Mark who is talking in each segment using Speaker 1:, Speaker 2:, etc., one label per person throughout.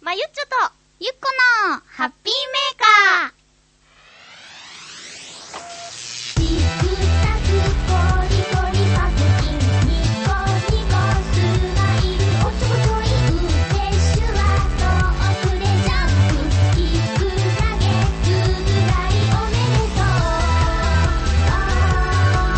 Speaker 1: まゆっちょとゆっこのハッピーメーカー。
Speaker 2: 「チクタクゴリゴリパクチン」「ニコニコスマイル」「おちょこちょい腕シュワと遅れジャンプ」「ひく投げつぐらいおめでとう」「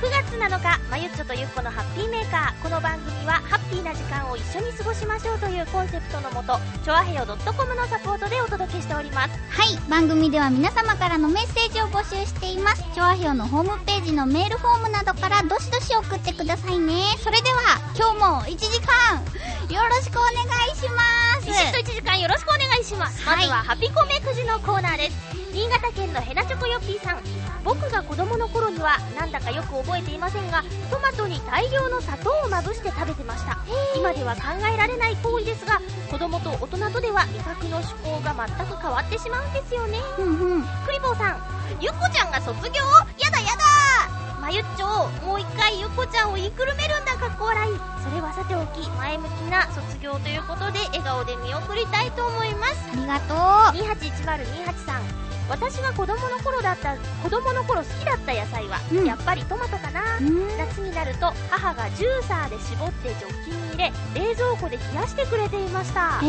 Speaker 3: 9月7日まゆっちょとゆっこのハッピーメーカーこの番組はハッピーな時間を一緒に過ごしましょうというコンセプトのもとチョアヘヨ .com のサポートでお届けしております
Speaker 1: はい、番組では皆様からのメッセージを募集しています。チョアヘオのホームページのメールフォームなどからどしどし送ってくださいね。それでは、今日も1時間、よろしくお願いします。
Speaker 3: 一緒と1時間よろしくお願いします、
Speaker 1: はい
Speaker 3: まずはハピコメくじのコーナーです新潟県のヘナチョコヨッピーさん僕が子供の頃にはなんだかよく覚えていませんがトマトに大量の砂糖をまぶして食べてました今では考えられない行為ですが子供と大人とでは味覚の趣向が全く変わってしまうんですよね
Speaker 1: うんうん。
Speaker 3: クリボーさんゆっこちゃんが卒業やだやだまゆっちょもう一回ゆっこちゃんを言いくるめるんだかっこ笑いそれはさておき前向きな卒業ということで笑顔で見送りたいと思います
Speaker 1: ありがと
Speaker 3: 281028さん私が子供の頃だった子供の頃好きだった野菜は、
Speaker 1: うん
Speaker 3: やっぱりトマトかな
Speaker 1: う。うん。
Speaker 3: 夏になると母がジューサーで絞ってジョッキに入れ冷蔵庫で冷やしてくれていました
Speaker 1: え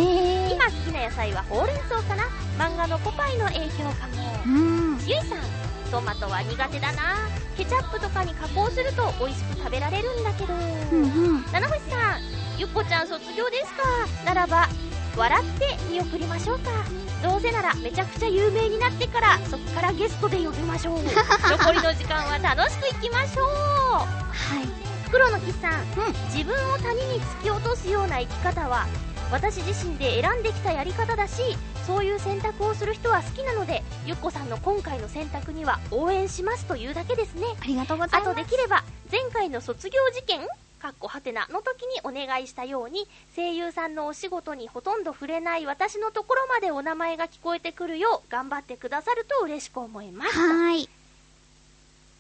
Speaker 1: ー。
Speaker 3: 今好きな野菜はほうれん草かな漫画の「ポパイ」の影響かも
Speaker 1: うん。
Speaker 3: ゆいさんトマトは苦手だなケチャップとかに加工すると美味しく食べられるんだけど、
Speaker 1: うんうん。
Speaker 3: 七星さんゆっこちゃん卒業ですかならば笑って見送りましょうかどうせならめちゃくちゃ有名になってからそこからゲストで呼びま しょう残りの時間は楽しくいきましょう
Speaker 1: はい。
Speaker 3: 黒の木さん、
Speaker 1: うん
Speaker 3: 自分を他人に突き落とすような生き方は私自身で選んできたやり方だしそういう選択をする人は好きなのでゆっこさんの今回の選択には応援しますというだけですね
Speaker 1: ありがとうござ
Speaker 3: あ
Speaker 1: います。
Speaker 3: とできれば前回の卒業事件かっこはてなの時にお願いしたように声優さんのお仕事にほとんど触れない私のところまでお名前が聞こえてくるよう頑張ってくださると嬉しく思います
Speaker 1: はーい。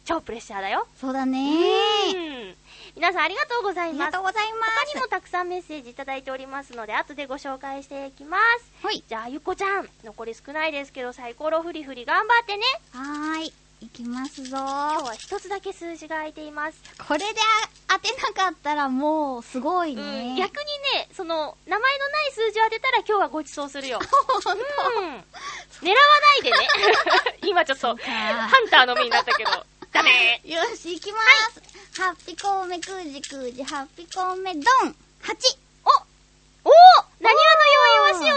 Speaker 3: 超プレッシャーだよ、
Speaker 1: そうだね
Speaker 3: うん皆さんありがとうござ
Speaker 1: あ
Speaker 3: い
Speaker 1: り
Speaker 3: ま
Speaker 1: が
Speaker 3: す
Speaker 1: とうございま
Speaker 3: 他
Speaker 1: す。
Speaker 3: にもたくさんメッセージいただいておりますので後でご紹介していきます
Speaker 1: はい。
Speaker 3: じゃあゆっこちゃん残り少ないですけどサイコロフリフリ頑張ってね
Speaker 1: はーい。いきますぞ
Speaker 3: 今日は一つだけ数字が空いています、
Speaker 1: これであ当てなかったらもうすごい
Speaker 3: うん
Speaker 1: ね。
Speaker 3: 逆にねその名前のない数字を当てたら今日はご馳走するよ、
Speaker 1: 本
Speaker 3: うん、狙わないで ね今ちょっとハンターの身になったけどダメ
Speaker 1: 当よし、いきます。ハッピコーメくじくじ、ハッピコーメドン、8!
Speaker 3: おお何わのよいわしおとめさんに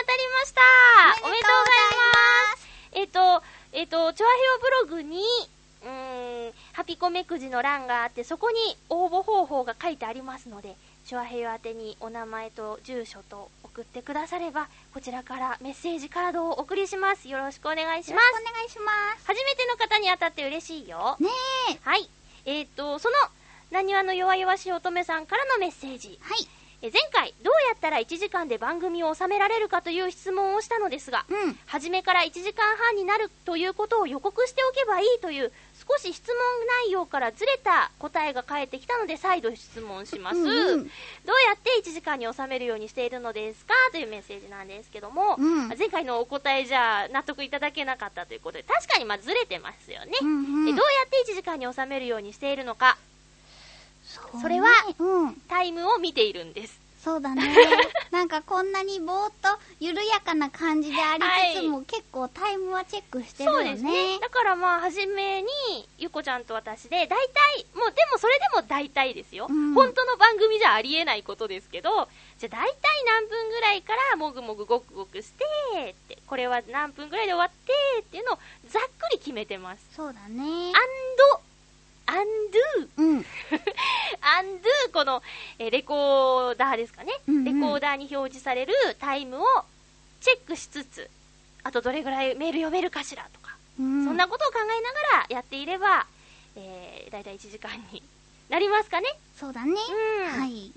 Speaker 3: 当たりましたおめでとうございます
Speaker 1: す。
Speaker 3: えっ、と、えっ、と、チョアヘオブログに、うーん、ハピコメくじの欄があって、そこに応募方法が書いてありますので、チョアヘオ宛てにお名前と住所と送ってくだされば、こちらからメッセージカードをお送りします。よろしくお願いし
Speaker 1: よ
Speaker 3: ま
Speaker 1: ろし
Speaker 3: す。
Speaker 1: くお願いしま
Speaker 3: 初めての方に当たって嬉しいよ
Speaker 1: す。。ねえ。
Speaker 3: はい。えっ、と、その、なにわの弱々しい乙女さんからのメッセージ。
Speaker 1: はい。
Speaker 3: え前回、どうやったら1時間で番組を収められるかという質問をしたのですが、
Speaker 1: うん。
Speaker 3: 初めから1時間半になるということを予告しておけばいいという少し質問内容からずれた答えが返ってきたので再度質問します、
Speaker 1: うんうん
Speaker 3: どうやって1時間に収めるようにしているのですかというメッセージなんですけども、
Speaker 1: うん
Speaker 3: 前回のお答えじゃ納得いただけなかったということで確かにまあずれてますよね、
Speaker 1: うん
Speaker 3: え
Speaker 1: う
Speaker 3: どうんやって1時間に収めるようにしているのか
Speaker 1: そうね
Speaker 3: それは
Speaker 1: うん。
Speaker 3: タイムを見ているんです
Speaker 1: そうだね。 なんかこんなにぼーっと緩やかな感じでありつつも、結構タイムはチェックしてるよ
Speaker 3: そう
Speaker 1: ね。
Speaker 3: ですね。だからまあ、初めに、ゆこちゃんと私で、大体、もう、でもそれでも大体ですよ。
Speaker 1: うん
Speaker 3: 本当の番組じゃありえないことですけど、じゃあ大体何分ぐらいから、もぐもぐごくごくして、って、これは何分ぐらいで終わって、っていうのをざっくり決めてます。
Speaker 1: そうだね。
Speaker 3: アンド、アンド ゥ、
Speaker 1: うん。
Speaker 3: アンドゥ、この、えーレコーダーですかね、
Speaker 1: うんうん
Speaker 3: レコーダーに表示されるタイムをチェックしつつ、あとどれぐらいメール読めるかしらとか、そ
Speaker 1: そ
Speaker 3: ん
Speaker 1: ん
Speaker 3: なことを考えながらやっていれば、えー、だいたい1時間になりますかね。
Speaker 1: そうだね。
Speaker 3: うん。
Speaker 1: はい。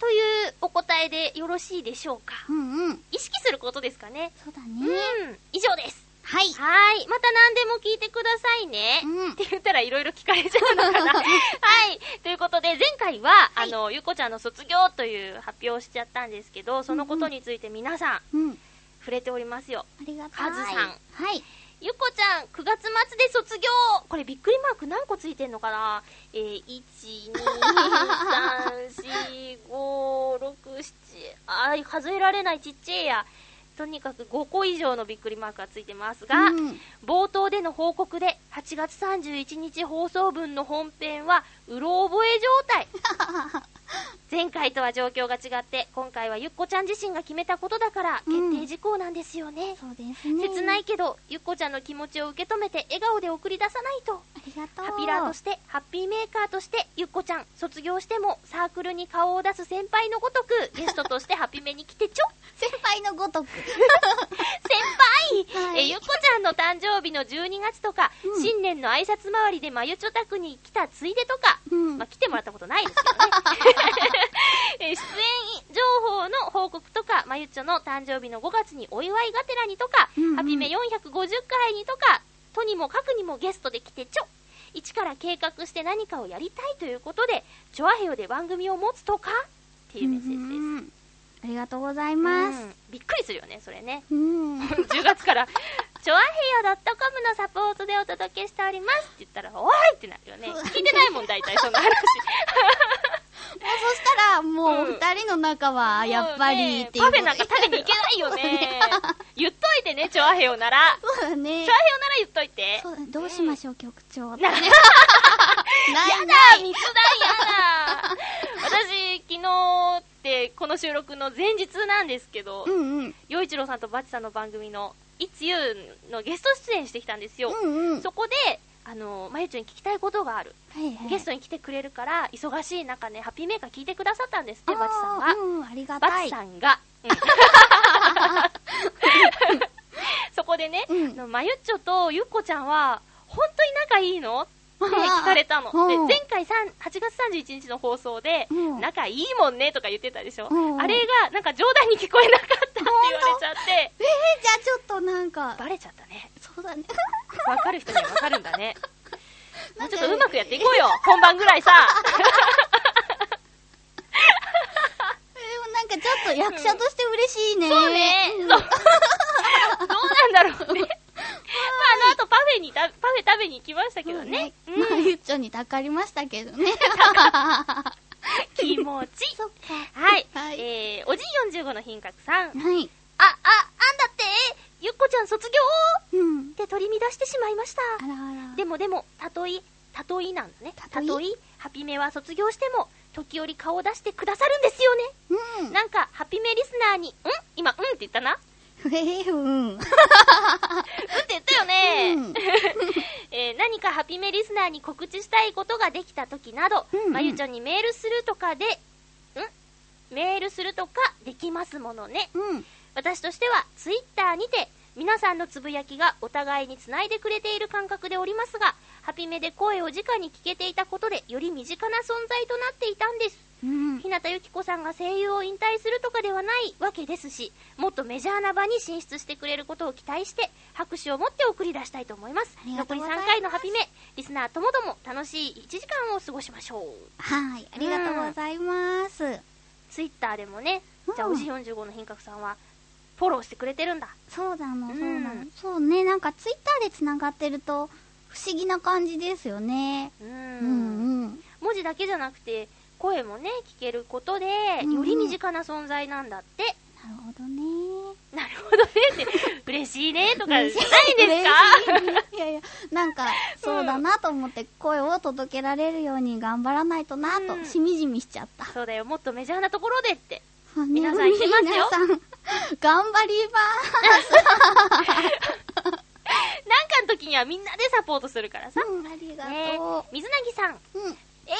Speaker 3: というお答えでよろしいでしょうか。
Speaker 1: うんうん。
Speaker 3: 意識することですかね。
Speaker 1: そうだ
Speaker 3: う
Speaker 1: ね。
Speaker 3: ん。以上です。
Speaker 1: はい。
Speaker 3: はーい。また何でも聞いてくださいね。
Speaker 1: うん
Speaker 3: って言ったらいろいろ聞かれちゃうの かな。はい。ということで、前回は、あの、ゆこちゃんの卒業という発表をしちゃったんですけど、そのことについて皆さん
Speaker 1: うん。
Speaker 3: 触れておりますよ。
Speaker 1: ありがとう。
Speaker 3: カズさん
Speaker 1: はい。
Speaker 3: ゆこちゃん、9月末で卒業これびっくりマーク何個ついてんのかなえー、1、2、3、4、5、6、7、あー、数えられないちっちゃいや。とにかく5個以上のびっくりマークがついてますが、
Speaker 1: うん
Speaker 3: 冒頭での報告で8月31日放送分の本編はうろ覚え状態前回とは状況が違って今回はゆっこちゃん自身が決めたことだから決定事項なんですよね、
Speaker 1: そうですね。
Speaker 3: 切ない。けどゆっこちゃんの気持ちを受け止めて笑顔で送り出さないと
Speaker 1: ありがとう。
Speaker 3: ハピラーとしてハッピーメーカーとしてゆっこちゃん卒業してもサークルに顔を出す先輩のごとくゲストとして ハピメに来てちょ
Speaker 1: 先輩のごとく。
Speaker 3: 先輩、
Speaker 1: はい
Speaker 3: えゆっこちゃんの誕生日の12月とか、
Speaker 1: うん
Speaker 3: 新年の挨拶回りでまゆちょ宅に来たついでとか、
Speaker 1: う ん
Speaker 3: まあ、来てもらったことないですけ どねえ出演情報の報告とかまゆちょの誕生日の5月にお祝いがてらにとか、
Speaker 1: うんうん
Speaker 3: ハピメ450回にとかとにもかくにもゲストで来てちょ一から計画して何かをやりたいということでチョアヘヨで番組を持つとかっていうメッセージです、
Speaker 1: うんありがとうございうます。
Speaker 3: ん、びっくりするよねそれね
Speaker 1: うん。
Speaker 3: 10月から、チョアヘヨ .com のサポートでお届けしておりますって言ったら、おいってなるよね。聞いてないもん、大体そんな話。
Speaker 1: もうそしたら、もう二人の中は、やっぱり、っていう
Speaker 3: も
Speaker 1: こ
Speaker 3: うねパフェ
Speaker 1: と
Speaker 3: なんか食べに行けないよ ね。言っといてね、チョアヘヨなら。チ
Speaker 1: そうだ
Speaker 3: ョアヘヨ
Speaker 1: ね
Speaker 3: なら。言っといて。
Speaker 1: そうだねどうしましょう、局長。
Speaker 3: なやだ、
Speaker 1: ない
Speaker 3: 密談やだ。私、昨日って、この収録の前日なんですけど
Speaker 1: う、んうん。
Speaker 3: 洋一郎さんとバチさんの番組の、いつゆのゲスト出演してきたんですよ。
Speaker 1: うんうん。
Speaker 3: そこで、あの、まゆちょに聞きたいことがある。
Speaker 1: はいはい。
Speaker 3: ゲストに来てくれるから、忙しい中ね、ハッピーメーカー聞いてくださったんですって、
Speaker 1: あー
Speaker 3: バチさんは。
Speaker 1: うん、ありが
Speaker 3: バ
Speaker 1: た
Speaker 3: チ
Speaker 1: い。
Speaker 3: さんが。 そこでね、
Speaker 1: うん
Speaker 3: あのまゆっちょとゆっこちゃんは、本当に仲いいのって聞かれたの。で
Speaker 1: あーうん
Speaker 3: 前回さん8月31日の放送で、
Speaker 1: うん
Speaker 3: 仲いいもんねとか言ってたでしょ、
Speaker 1: うん
Speaker 3: あれがなんか冗談に聞こえなかったって言われちゃって、
Speaker 1: えー、じゃあちょっとなんか、
Speaker 3: バレちゃったね。
Speaker 1: そうだね。
Speaker 3: わかる人にはわかるんだね。もうちょっとうまくやっていこうよ、本番ぐらいさ。
Speaker 1: えーでもなんかちょっと役者として嬉しいね。
Speaker 3: そうね。
Speaker 1: ん
Speaker 3: そう。 どうなんだろうね。まあ、あの後パフェにた、パフェ食べに行きましたけどね。う
Speaker 1: まあ、
Speaker 3: ん。
Speaker 1: ゆっちょにたかりましたけどね。
Speaker 3: 気持ち。
Speaker 1: そっか。
Speaker 3: はい。
Speaker 1: はい
Speaker 3: えー、おじい45の品格さん。あ、あ、あんだ
Speaker 1: はい。
Speaker 3: って、ゆっこちゃん卒業
Speaker 1: うん
Speaker 3: っ。て取り乱してしまいました。
Speaker 1: あらあら。
Speaker 3: でもでも、たとい、たといなんだね。た
Speaker 1: たとい
Speaker 3: とい、ハピメは卒業しても、時折顔を出してくださるんですよね。
Speaker 1: うん。
Speaker 3: なんか、ハピメリスナーに、ん今、うんって言ったな。
Speaker 1: えー、うん。
Speaker 3: うんって言ったよね。
Speaker 1: うん
Speaker 3: えー何かハピメリスナーに告知したいことができた時など、
Speaker 1: うんうん
Speaker 3: まゆちょにメールするとかで、んメールするとかできますものね。
Speaker 1: うん。
Speaker 3: 私としては、ツイッターにて、皆さんのつぶやきがお互いにつないでくれている感覚でおりますが、ハピメで声を直に聞けていたことで、より身近な存在となっていたんです。
Speaker 1: うん。
Speaker 3: 日向由紀子さんが声優を引退するとかではないわけですしもっとメジャーな場に進出してくれることを期待して拍手を持って送り出したいと思います
Speaker 1: ありが
Speaker 3: 残
Speaker 1: とう
Speaker 3: り
Speaker 1: ご
Speaker 3: 3
Speaker 1: ざいます
Speaker 3: 回のハピメリスナーともども楽しい1時間を過ごしましょう
Speaker 1: はい。ありがとうございます。
Speaker 3: ツイッターでもね
Speaker 1: うん
Speaker 3: じゃあおじ45の品格さんはフォローしてくれてるんだ
Speaker 1: そうなの、そうな
Speaker 3: う
Speaker 1: の
Speaker 3: ん。
Speaker 1: そうね、なんかツイッターで繋がってると、不思議な感じですよね。
Speaker 3: うん
Speaker 1: うんうん。
Speaker 3: 文字だけじゃなくて声もね聞けることで
Speaker 1: うん
Speaker 3: より身近な存在なんだって、
Speaker 1: なるほどね。
Speaker 3: なるほどねって嬉しいねとかじゃないんですか
Speaker 1: 嬉しいいやいや、なんか、そうだなと思って、声を届けられるように頑張らないとな
Speaker 3: うん
Speaker 1: と、しみじみしちゃった。
Speaker 3: そうだよ、もっとメジャーなところでって。
Speaker 1: そうね
Speaker 3: 皆さんいけますよ
Speaker 1: 皆さん、頑張り
Speaker 3: なんかの時にはみんなでサポートする からさ
Speaker 1: ま。ーす。うん、ありが
Speaker 3: ね
Speaker 1: と
Speaker 3: 水なぎさん。
Speaker 1: う。うん。
Speaker 3: えー、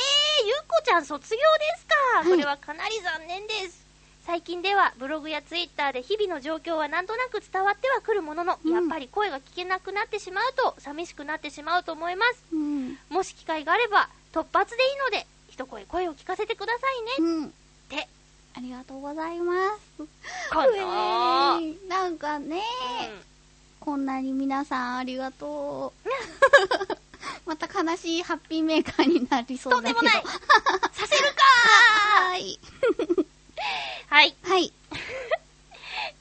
Speaker 3: ゆうこちゃん卒業ですか、
Speaker 1: はい
Speaker 3: これはかなり残念です。最近ではブログやツイッターで日々の状況はなんとなく伝わってはくるものの、
Speaker 1: うん
Speaker 3: やっぱり声が聞けなくなってしまうと寂しくなってしまうと思います。
Speaker 1: うん。
Speaker 3: もし機会があれば突発でいいので、一声声を聞かせてくださいね
Speaker 1: うん。
Speaker 3: って
Speaker 1: ありがとうございます。
Speaker 3: かな
Speaker 1: うえーなんかね、
Speaker 3: うん
Speaker 1: こんなに皆さんありがと う。また悲しいハッピーメーカーになりそうだけ
Speaker 3: と
Speaker 1: ど。
Speaker 3: ん でもない
Speaker 1: させるかーはい。
Speaker 3: はい。
Speaker 1: はい。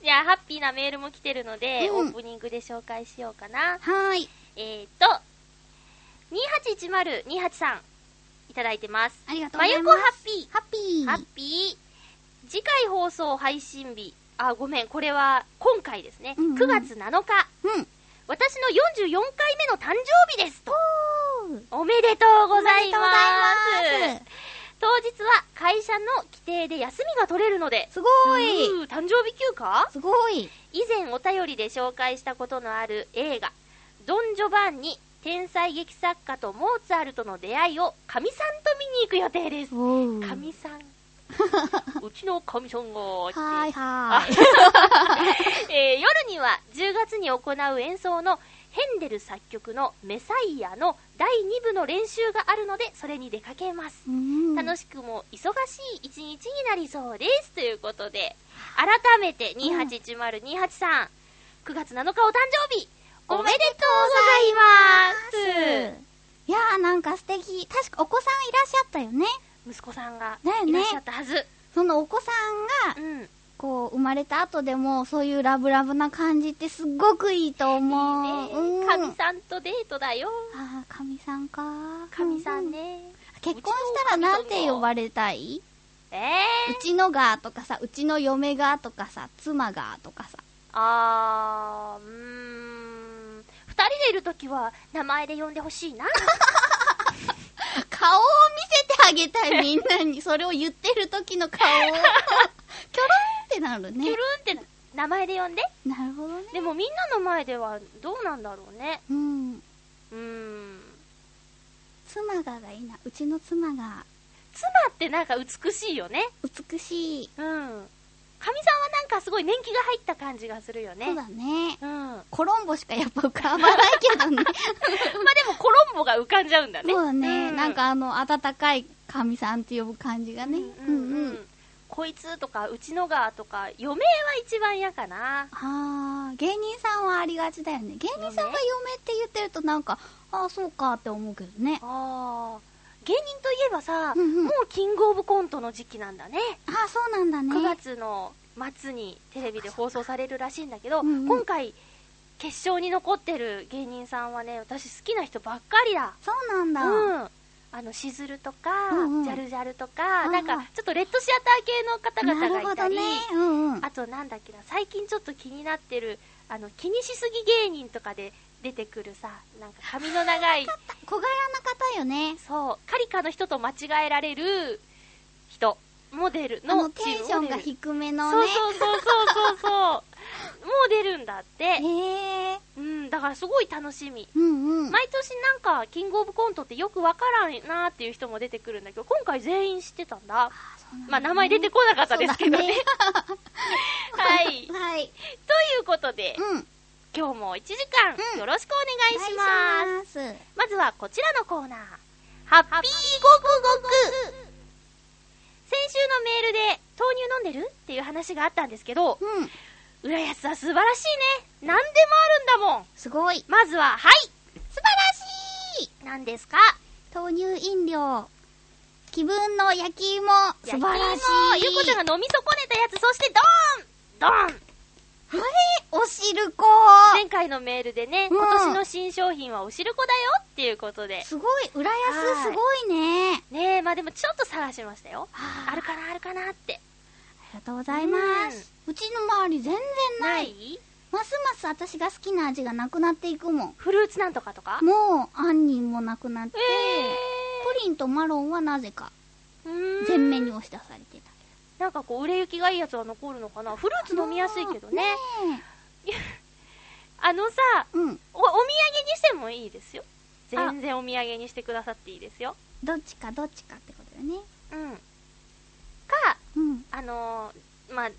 Speaker 3: じゃあ、ハッピーなメールも来てるので、
Speaker 1: うん
Speaker 3: オープニングで紹介しようかな。
Speaker 1: はーい。
Speaker 3: えーと、281028さん、いただいてます。
Speaker 1: ありがとうご
Speaker 3: ま
Speaker 1: ざい
Speaker 3: ゆ
Speaker 1: ます。
Speaker 3: こハッピー。
Speaker 1: ハッピー。
Speaker 3: ハッピー。次回放送配信日。あ、ごめん、これは今回ですね。
Speaker 1: うんうん
Speaker 3: 9月7日。
Speaker 1: うん。
Speaker 3: 私の44回目の誕生日ですと。
Speaker 1: おー
Speaker 3: おめでとうございま。
Speaker 1: おめでとうございます。。
Speaker 3: 当日は会社の規定で休みが取れるのです
Speaker 1: すごい。
Speaker 3: うー誕生日休暇
Speaker 1: すごい。
Speaker 3: 以前お便りで紹介したことのある映画「ドン・ジョバンニ天才劇作家とモーツァルトの出会い」をかみさんと見に行く予定です
Speaker 1: おー
Speaker 3: かみ さんうちのかみさんがーって
Speaker 1: はーいはーい。
Speaker 3: えー夜には10月に行う演奏のヘンデル作曲の「メサイア」の第2部の練習があるのでそれに出かけます楽
Speaker 1: し
Speaker 3: しくも忙しい一日になりそうですということで改めて281028さん9月7日お誕生日おめでとうございます
Speaker 1: いやーなんか素敵。確かお子さんいらっしゃったよね。
Speaker 3: 息子さんが
Speaker 1: だよね
Speaker 3: いらっしゃったはず、
Speaker 1: そのお子さんが、
Speaker 3: うん
Speaker 1: こう、生まれた後でも、そういうラブラブな感じってすっごくいいと思う。
Speaker 3: ね
Speaker 1: うん
Speaker 3: かみさんとデートだよ
Speaker 1: あー、神さんかー。
Speaker 3: かみさん
Speaker 1: うう。
Speaker 3: ね
Speaker 1: 結婚したらなんて呼ばれたい
Speaker 3: え
Speaker 1: う
Speaker 3: ー、
Speaker 1: ちのがとかさ、うちの嫁がとかさ、妻がとかさ。
Speaker 3: あーうーん2人でいるときは名前で呼んでほしいな
Speaker 1: 顔を見せてあげたいみんなに、それを言ってる時の顔を。 キョロンってなるね
Speaker 3: キュ。ルンってな名前で呼んで
Speaker 1: なるほどね。
Speaker 3: でもみんなの前ではどうなんだろうね
Speaker 1: うん。
Speaker 3: うーん
Speaker 1: 妻ががいいな。うちの妻が
Speaker 3: 妻ってなんか美しいよね
Speaker 1: 美しい。
Speaker 3: うんかみさんはなんかすごい年季が入った感じがするよね
Speaker 1: そうだね。
Speaker 3: うんまあ
Speaker 1: コロンボしかやっぱ浮かばないけどね。
Speaker 3: でもコロンボが浮かんじゃうんだね
Speaker 1: そうだね。
Speaker 3: う
Speaker 1: なんかあの、温かい神さんって呼ぶ感じが
Speaker 3: う
Speaker 1: ね。
Speaker 3: ん
Speaker 1: う
Speaker 3: うんん
Speaker 1: う
Speaker 3: うんん。こいつとかうちのがとか余命は一番嫌かな
Speaker 1: あー、芸人さんはありがちだよね。芸人さんが嫁って言ってるとなんか、あー、そうかって思うけどね。
Speaker 3: あー芸人といえばさ、
Speaker 1: うんうん
Speaker 3: もうキングオブコントの時期なんだね
Speaker 1: あー、そうなんだね。
Speaker 3: 9月の末にテレビで放送されるらしいんだけど、
Speaker 1: うんうん
Speaker 3: 今回決勝に残ってる芸人さんはね私好きな人ばっかりだ
Speaker 1: そうなんだ。
Speaker 3: うん、あのしずるとか、
Speaker 1: うんうん
Speaker 3: ジャルジャルと
Speaker 1: あ
Speaker 3: か、
Speaker 1: ー
Speaker 3: なんかちょっとレッドシアター系の方々がいたり、
Speaker 1: なるほどね。うんうん。
Speaker 3: あとなんだっけな、最近ちょっと気になってる、あの気にしすぎ芸人とかで出てくるさ、なんか髪の長 い、
Speaker 1: 小柄な方よね。
Speaker 3: そう、カリカの人と間違えられる人、モデル
Speaker 1: あ
Speaker 3: の
Speaker 1: の、
Speaker 3: チ
Speaker 1: テ
Speaker 3: ーム
Speaker 1: ンションが
Speaker 3: モデル
Speaker 1: 低め
Speaker 3: そ
Speaker 1: の
Speaker 3: う
Speaker 1: ね。
Speaker 3: そうそうそうそうそう、 もう出るんだって、
Speaker 1: へえ。
Speaker 3: うん、だからすごい楽しみ。
Speaker 1: うんうん。
Speaker 3: 毎年なんかキングオブコントってよくわからんなーっていう人も出てくるんだけど今回全員知ってたんだまあ名前出て
Speaker 1: こ
Speaker 3: こなかったですけどね はいという
Speaker 1: はい。
Speaker 3: ことで
Speaker 1: うん。お願い
Speaker 3: 今日も1時間
Speaker 1: うん
Speaker 3: よろしくお願いします、
Speaker 1: します。
Speaker 3: まずはこちらのコーナーハッピーごくごく先週のメールで豆乳飲んでるっていう話があったんですけど
Speaker 1: うん。
Speaker 3: 浦安は素晴らしいね何でもあるんだもん
Speaker 1: すごい。
Speaker 3: まずははい
Speaker 1: 素晴らしい
Speaker 3: 何ですか
Speaker 1: 豆乳飲料。気分の焼き芋。素晴らしい。
Speaker 3: 焼き芋ゆうこちゃんが飲み損ねたやつ、そしてドーンドーン
Speaker 1: はい、おしるこ。
Speaker 3: 前回のメールでね、
Speaker 1: うん
Speaker 3: 今年の新商品はおしるこだよっていうことで。
Speaker 1: すごい、浦
Speaker 3: は
Speaker 1: 安
Speaker 3: い
Speaker 1: すごいね。
Speaker 3: ねえ、まあでもちょっと探しましたよ。
Speaker 1: あ
Speaker 3: あるかな、あるかなって。
Speaker 1: ありがとうございます。うちの周り全然な。
Speaker 3: ないい
Speaker 1: ますます私が好きな味がなくなっていくもん。
Speaker 3: フルーツなんとかとか
Speaker 1: もう、杏仁もなくなって、
Speaker 3: え
Speaker 1: プリンとマロンはなぜか
Speaker 3: えー。
Speaker 1: 全面に。押し出されてた。
Speaker 3: なんかこう、売れ行きがいいやつは残るのかな。フルーツ飲みやすいけどね。
Speaker 1: ね
Speaker 3: あのさ、
Speaker 1: えうん。
Speaker 3: お、お土産にしてもいいですよ。全然お土産にしてくださっていいですよ。
Speaker 1: どっちかどっちかってことだよね。
Speaker 3: うん。か、
Speaker 1: うん。
Speaker 3: あのーまあ、好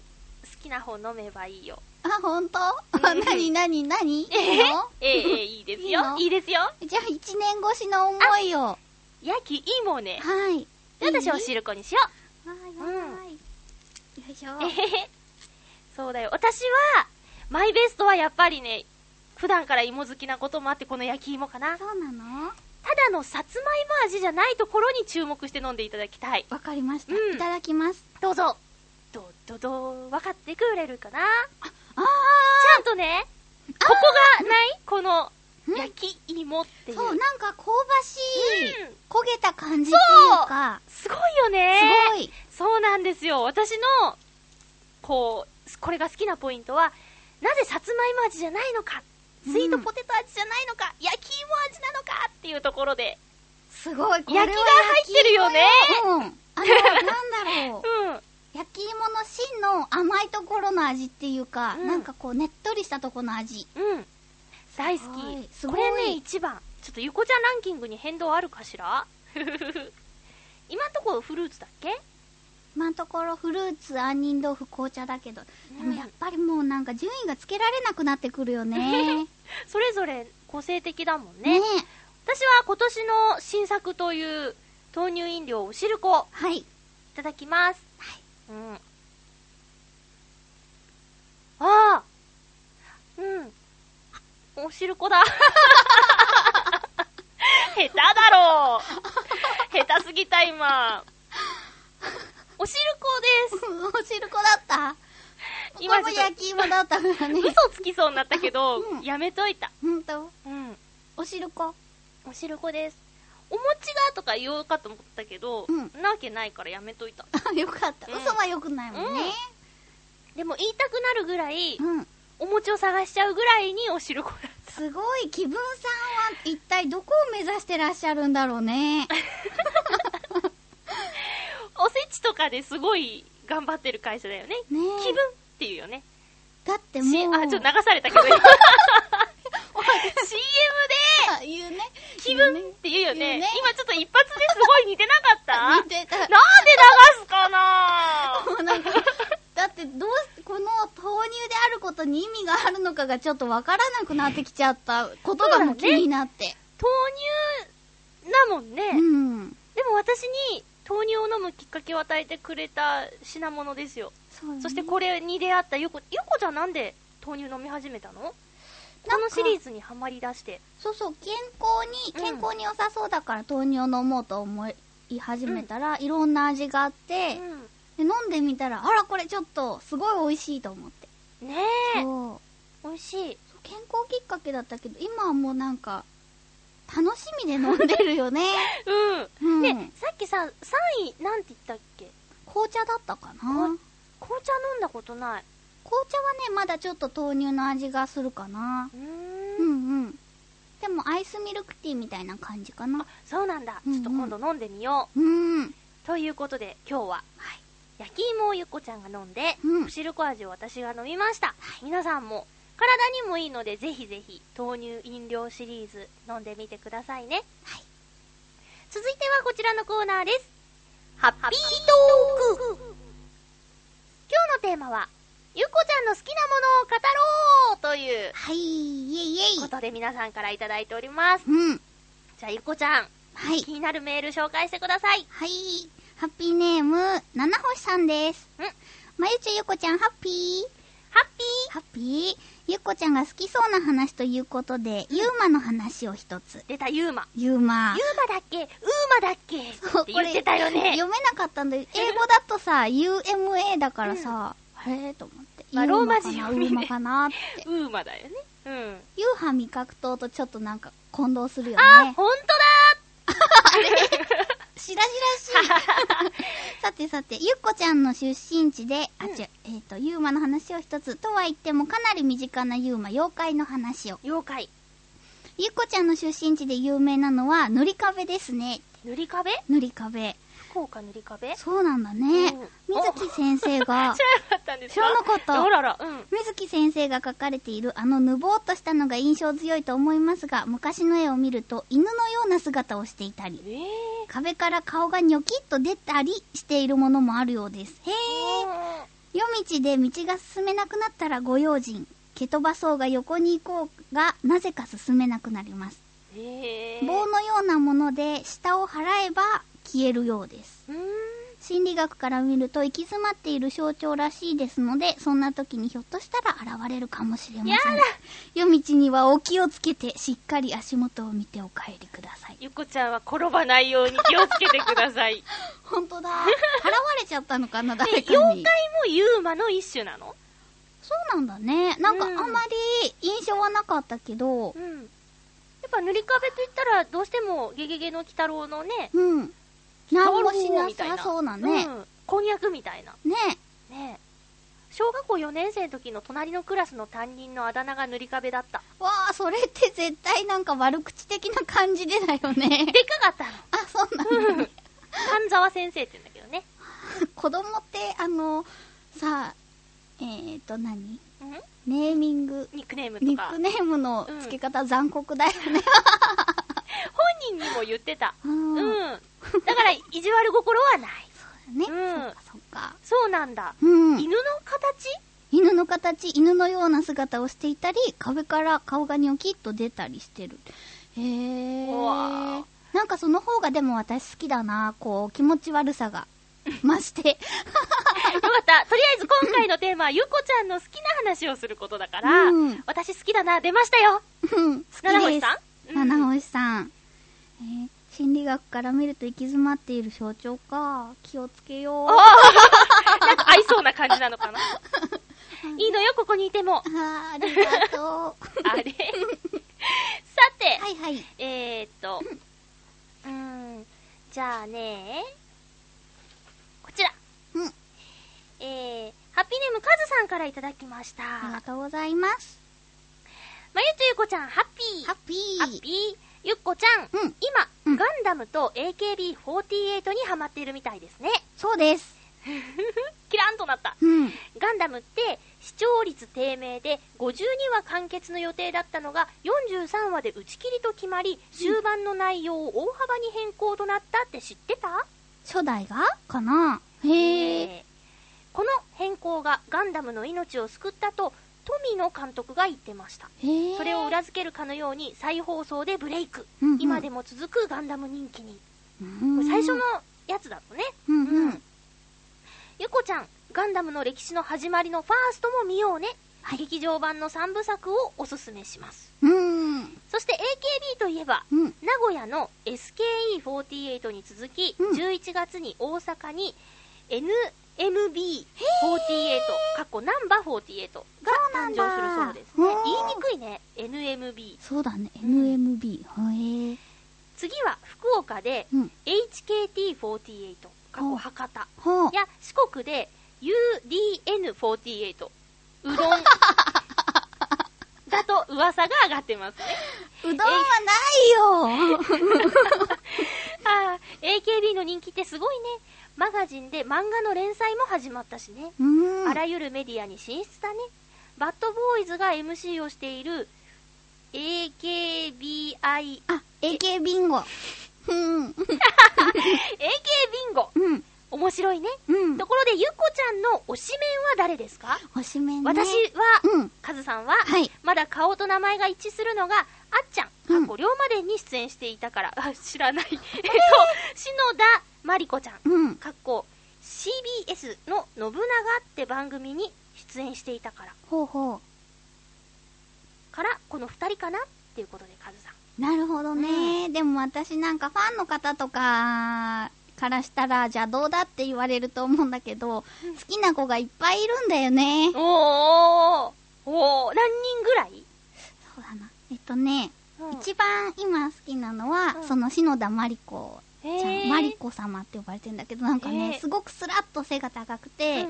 Speaker 3: きな方飲めばいいよ。
Speaker 1: あ、ほんと
Speaker 3: う ん
Speaker 1: なになになにいい
Speaker 3: え
Speaker 1: の
Speaker 3: えええいいですよ。
Speaker 1: いいの
Speaker 3: いいですよ。
Speaker 1: じゃあ、一年越しの思いを。は
Speaker 3: 焼き芋ね。
Speaker 1: い。
Speaker 3: で私はお
Speaker 1: いい
Speaker 3: しるこにしよ
Speaker 1: はいはいはい。でしょ
Speaker 3: えへへ そうだよ。私は、マイベストはやっぱりね、普段から芋好きなこともあって、この焼き芋かな。た
Speaker 1: そうなの
Speaker 3: だのさつまいも味じゃないところに注目して飲んでいただきたい。
Speaker 1: わかりました、
Speaker 3: うん
Speaker 1: いただきます
Speaker 3: どうぞ。ど、ど、ど、分かってくれるかな
Speaker 1: あ
Speaker 3: ちゃんとね、ここがないこの、
Speaker 1: うん
Speaker 3: 焼き芋ってい
Speaker 1: ー
Speaker 3: う。
Speaker 1: そうなんか香ばしい、
Speaker 3: うん
Speaker 1: 焦げた感じっていうか
Speaker 3: すごいよね。
Speaker 1: すごい
Speaker 3: そうなんですよ。私の、こう、これが好きなポイントは、なぜさつまいも味じゃないのか、
Speaker 1: うん
Speaker 3: スイートポテト味じゃないのか、焼き芋味なのかっていうところで、
Speaker 1: すごいこれは
Speaker 3: 焼きが入ってるよね。
Speaker 1: うんあのなんだろう
Speaker 3: うん。
Speaker 1: 焼き芋の芯の甘いところの味っていうか、
Speaker 3: うん
Speaker 1: なんかこうねっとりしたところの味
Speaker 3: うん。大好
Speaker 1: すごい
Speaker 3: き。
Speaker 1: すご
Speaker 3: こ
Speaker 1: い
Speaker 3: れね、一番。ちょっとゆこちゃんランキングに変動あるかしら 今んとこフルーツだっけ
Speaker 1: 今のところフルーツ杏仁豆腐紅茶だけど、
Speaker 3: うん
Speaker 1: でもやっぱりもうなんか順位がつけられなくなってくる よね
Speaker 3: それぞれ個性的だもん
Speaker 1: ね
Speaker 3: ね。私は今年の新作という豆乳飲料おしるこ。
Speaker 1: はい
Speaker 3: いただきます。うん。ああうん。おしるこ だ。下手だろう。下手すぎた、今。おしるこで
Speaker 1: お汁粉だった
Speaker 3: 今
Speaker 1: 今
Speaker 3: ち
Speaker 1: も
Speaker 3: ょっと
Speaker 1: 焼き芋だったから ね
Speaker 3: す。嘘つきそうになったけど、
Speaker 1: うん
Speaker 3: やめといた。
Speaker 1: ほんと
Speaker 3: うん。
Speaker 1: お汁 粉
Speaker 3: おしるこです。お餅だとか言おうかと思ったけど、
Speaker 1: うん
Speaker 3: なわけないからやめといた。
Speaker 1: あよかった、
Speaker 3: うん
Speaker 1: 嘘はよくないもんね
Speaker 3: でも言いたくなるぐらい、
Speaker 1: うん、
Speaker 3: お餅を探しちゃうぐらいにおしるこだった。
Speaker 1: すごい気分さんは一体どこを目指してらっしゃるんだろ うね
Speaker 3: おせちとかですごい頑張ってる会社だよね。
Speaker 1: ねえ
Speaker 3: 気分っていうよね。
Speaker 1: だってもう
Speaker 3: しあ、ちょっと流された けど。今 CM
Speaker 1: あ言うね
Speaker 3: で気分っていうよね。
Speaker 1: 言うね
Speaker 3: 今ちょっと一発ですごい似てなかったなん
Speaker 1: 似
Speaker 3: で
Speaker 1: てた
Speaker 3: 流すかな
Speaker 1: もうなんかだってどうしこの豆乳であることに意味があるのかがちょっとわからなくなってきちゃったことがもう
Speaker 3: そうだね
Speaker 1: 気になって
Speaker 3: 豆乳だもんね。
Speaker 1: う,、ん
Speaker 3: でも私に豆乳を飲むきっかけを与えてくれた品物ですよ。
Speaker 1: そう、ね、
Speaker 3: そしてこれに出会ったゆこ、ゆこちゃんなんで豆乳飲み始めたのこのシリーズにはまり出して。
Speaker 1: そうそう健康に健康に良さそうだから豆乳を飲もうと思い始めたら、いろんな味があって、
Speaker 3: うん
Speaker 1: で飲んでみたらあらこれちょっとすごい美味しいと思って
Speaker 3: ねえ、
Speaker 1: そう
Speaker 3: 美味しい。
Speaker 1: そう健康きっかけだったけど今はもうなんか楽しみで飲んでるよ ね、
Speaker 3: うん。
Speaker 1: うん、
Speaker 3: で、さっきさ、3位なんて言ったっけ
Speaker 1: 紅茶だったかな、
Speaker 3: こ紅茶飲んだことない。
Speaker 1: 紅茶はねまだちょっと豆乳の味がするかな
Speaker 3: うー。
Speaker 1: うんんうんでもアイスミルクティーみたいな感じかな
Speaker 3: そうなんだ。
Speaker 1: うん
Speaker 3: ち
Speaker 1: う
Speaker 3: ょ
Speaker 1: ん
Speaker 3: っと今度飲んでみよう。
Speaker 1: うん
Speaker 3: ということで、今日は、
Speaker 1: はい
Speaker 3: 焼き芋をゆっこちゃんが飲んで、
Speaker 1: うん
Speaker 3: おしるこ味を私が飲みました。皆さんも、体にもいいので、ぜひぜひ、豆乳飲料シリーズ、飲んでみてくださいね。
Speaker 1: はい
Speaker 3: 続いてはこちらのコーナーです。ハッピートーク今日のテーマは、ゆっこちゃんの好きなものを語ろうという
Speaker 1: はいイエイイエ
Speaker 3: こ
Speaker 1: イ
Speaker 3: とで皆さんからいただいております。
Speaker 1: うん
Speaker 3: じゃあ、ゆっこちゃん、
Speaker 1: はい
Speaker 3: 気になるメール紹介してください。
Speaker 1: はいハッピーネーム七星さんです
Speaker 3: うん
Speaker 1: まゆちょゆこちゃんハッピー
Speaker 3: ハッピ
Speaker 1: ハッピーゆっこちゃんが好きそうな話ということで、ゆうまの話を一つ
Speaker 3: ー出た、ゆうま。
Speaker 1: ゆうま
Speaker 3: ゆうまだっけうーまだっけ
Speaker 1: そう
Speaker 3: って言ってたよね。
Speaker 1: 読めなかったんだよ英語だとさ UMA だからさ、あれと思って、
Speaker 3: まあ
Speaker 1: ユーマかな
Speaker 3: ローマ字読みで
Speaker 1: ウーマかなって
Speaker 3: うーまだよね。うん。
Speaker 1: ユーハ味覚糖とちょっとなんか混同するよ
Speaker 3: あ、
Speaker 1: ね
Speaker 3: ほんと
Speaker 1: しらじ らしいさてさてゆっこちゃんの出身地で
Speaker 3: う
Speaker 1: あ
Speaker 3: ん
Speaker 1: ちゅ、えっ、とユーマの話を一つとは言ってもかなり身近なユーマ妖怪の話を
Speaker 3: だ妖怪。
Speaker 1: ゆっこちゃんの出身地で有名なのは塗り壁ですね
Speaker 3: 塗り壁
Speaker 1: 塗り壁
Speaker 3: 福岡塗り壁
Speaker 1: そうなんだね、
Speaker 3: うん
Speaker 1: 水木先生が
Speaker 3: 知らなかったんですか
Speaker 1: 知らなかった
Speaker 3: あらら、うん。
Speaker 1: 水木先生が描かれているあのぬぼーっとしたのが印象強いと思いますが昔の絵を見ると犬のような姿をしていたり
Speaker 3: ええ
Speaker 1: 壁から顔がニョキッと出たりしているものもあるようですへえ
Speaker 3: ー。
Speaker 1: 夜道で道が進めなくなったらご用心蹴飛ばそうが横に行こうがなぜか進めなくなります
Speaker 3: ええー。
Speaker 1: 棒のようなもので下を払えば消えるようです
Speaker 3: うーん。
Speaker 1: 心理学から見ると行き詰まっている象徴らしいですので、そんな時にひょっとしたら現れるかもしれません。
Speaker 3: やだ
Speaker 1: 夜道にはお気をつけて、しっかり足元を見てお帰りください。
Speaker 3: ゆこちゃんは転ばないように気をつけてください。
Speaker 1: 本当だ。払われちゃったのかな、 誰
Speaker 3: で、
Speaker 1: か
Speaker 3: 妖怪
Speaker 1: に。
Speaker 3: もユーマの一種なの
Speaker 1: そうなんだね。なんかあ
Speaker 3: うん
Speaker 1: んまり印象はなかったけど、
Speaker 3: うん。やっぱ塗り壁と言ったら、どうしてもゲゲゲの鬼太郎のね、
Speaker 1: うん。何も
Speaker 3: タオル
Speaker 1: し
Speaker 3: 王
Speaker 1: な
Speaker 3: みたい
Speaker 1: さそうなね。
Speaker 3: うん。婚約みたいな。
Speaker 1: ね
Speaker 3: ねえ小学校4年生の時の隣のクラスの担任のあだ名が塗り壁だった。
Speaker 1: わあ、それって絶対なんか悪口的な感じでだよね。
Speaker 3: でかかったの。
Speaker 1: あ、そう なん だ、ね。
Speaker 3: 半沢先生って言うんだけどね。
Speaker 1: 子供って、あの、さあ、えーと、何
Speaker 3: うん
Speaker 1: ネーミング。
Speaker 3: ニックネームと
Speaker 1: ニッ
Speaker 3: か
Speaker 1: ク。ネームの付け方残酷だよね。
Speaker 3: 本人にも言ってた。
Speaker 1: う。
Speaker 3: うんん。
Speaker 1: そう
Speaker 3: だから、意地悪心はない。
Speaker 1: だね。
Speaker 3: うん
Speaker 1: そっかそっか。
Speaker 3: そうなんだ。
Speaker 1: うん。
Speaker 3: 犬の形
Speaker 1: 犬の形、犬のような姿をしていたり、壁から顔がニョキッと出たりしてる。へえ。
Speaker 3: うわ
Speaker 1: なんかその方がでも私好きだな、こう、気持ち悪 さが増して。
Speaker 3: よかった。とりあえず今回のテーマは、ゆこちゃんの好きな話をすることだから、
Speaker 1: うん
Speaker 3: 私好きだな、出ましたよ。
Speaker 1: うん、好き
Speaker 3: 七
Speaker 1: で
Speaker 3: 星
Speaker 1: す
Speaker 3: さ。ん
Speaker 1: 七
Speaker 3: うん
Speaker 1: 星さん。えー心理学から見ると行き詰まっている象徴か。気をつけよう。あ
Speaker 3: なんか合いそうな感じなのかな。いいのよ、ここにいても。
Speaker 1: ーあり がとう。
Speaker 3: あ れさて、
Speaker 1: はいはい。
Speaker 3: えー、っと、うーん、じゃあね、こちら。
Speaker 1: うん
Speaker 3: えー、ハッピーネームカズさんからいただきました。
Speaker 1: ありが
Speaker 3: ま
Speaker 1: とうございます。
Speaker 3: ゆちゆこちゃん、ハッピー。
Speaker 1: ハッピー。
Speaker 3: ハッピー。ゆっこちゃん、
Speaker 1: うん
Speaker 3: 今、
Speaker 1: うん
Speaker 3: ガンダムと AKB48 にハマっているみたいですね。
Speaker 1: そうです。
Speaker 3: キラーンとなった。
Speaker 1: うん。
Speaker 3: ガンダムって視聴率低迷で52話完結の予定だったのが43話で打ち切りと決まり終盤の内容を大幅に変更となったって知ってた
Speaker 1: 初代がかなへえ。
Speaker 3: えーこの変更がガンダムの命を救ったと富野監督が言ってました
Speaker 1: へえ。
Speaker 3: それを裏付けるかのように再放送でブレイク、
Speaker 1: うんうん
Speaker 3: 今でも続くガンダム人気に、
Speaker 1: うん、
Speaker 3: これ最初のやつだとね
Speaker 1: うんうん。
Speaker 3: ゆこちゃんガンダムの歴史の始まりのファーストも見ようね、
Speaker 1: はい
Speaker 3: 劇場版の3部作をおすすめします
Speaker 1: うん。
Speaker 3: そして AKB といえば
Speaker 1: うん。
Speaker 3: 名古屋の SKE48 に続き、
Speaker 1: うん
Speaker 3: 11月に大阪に NMB48 かっこナンバ48が
Speaker 1: そうな
Speaker 3: 誕
Speaker 1: ん
Speaker 3: 生
Speaker 1: だ
Speaker 3: するそうですね
Speaker 1: うん
Speaker 3: 言いにくいね NMB
Speaker 1: そうだね。
Speaker 3: うん
Speaker 1: NMB。へえ。
Speaker 3: 次は福岡で
Speaker 1: うん。
Speaker 3: HKT48 かっ
Speaker 1: お
Speaker 3: こ博多
Speaker 1: ほう
Speaker 3: い。や四国で UDN48 うどん だと噂が上がってますね
Speaker 1: うどんはないよ。
Speaker 3: ああ AKB の人気ってすごいねマガジンで漫画の連載も始まったしね、
Speaker 1: うん。
Speaker 3: あらゆるメディアに進出だねバッドボーイズが MC をしている AKBI AK
Speaker 1: あ、AK ビンゴ。うん。
Speaker 3: ビンゴ
Speaker 1: うん。
Speaker 3: 面白いね、
Speaker 1: うん。
Speaker 3: ところでゆこちゃんの推しメンは誰ですか、
Speaker 1: おしめね。
Speaker 3: 私は、
Speaker 1: うん。
Speaker 3: カズさんは、
Speaker 1: はい。
Speaker 3: まだ顔と名前が一致するのが、あっちゃん、
Speaker 1: う
Speaker 3: 過
Speaker 1: ん
Speaker 3: 去龍馬伝に出演していたから、あ知らない。えっと、篠田まりこちゃん、
Speaker 1: うん。
Speaker 3: 過去 CBS の「信長」って番組に出演していたから
Speaker 1: ほうほ
Speaker 3: からこの2人かなっていうことでカズさん
Speaker 1: う。なるほどね。でも私なんかファンの方とかからしたら邪道だって言われると思うんだけど、好
Speaker 3: うん
Speaker 1: きな子がいっぱいいるんだよね。そ
Speaker 3: お
Speaker 1: う
Speaker 3: ーおー何人ぐらい、
Speaker 1: だな。えっとね、
Speaker 3: 一
Speaker 1: 一番今好きなのは、
Speaker 3: うん
Speaker 1: その篠田真理子ちゃん、真理子様って呼ばれてんだけど、なんか
Speaker 3: へ
Speaker 1: ね、
Speaker 3: ー
Speaker 1: すごくスラッと背が高くて、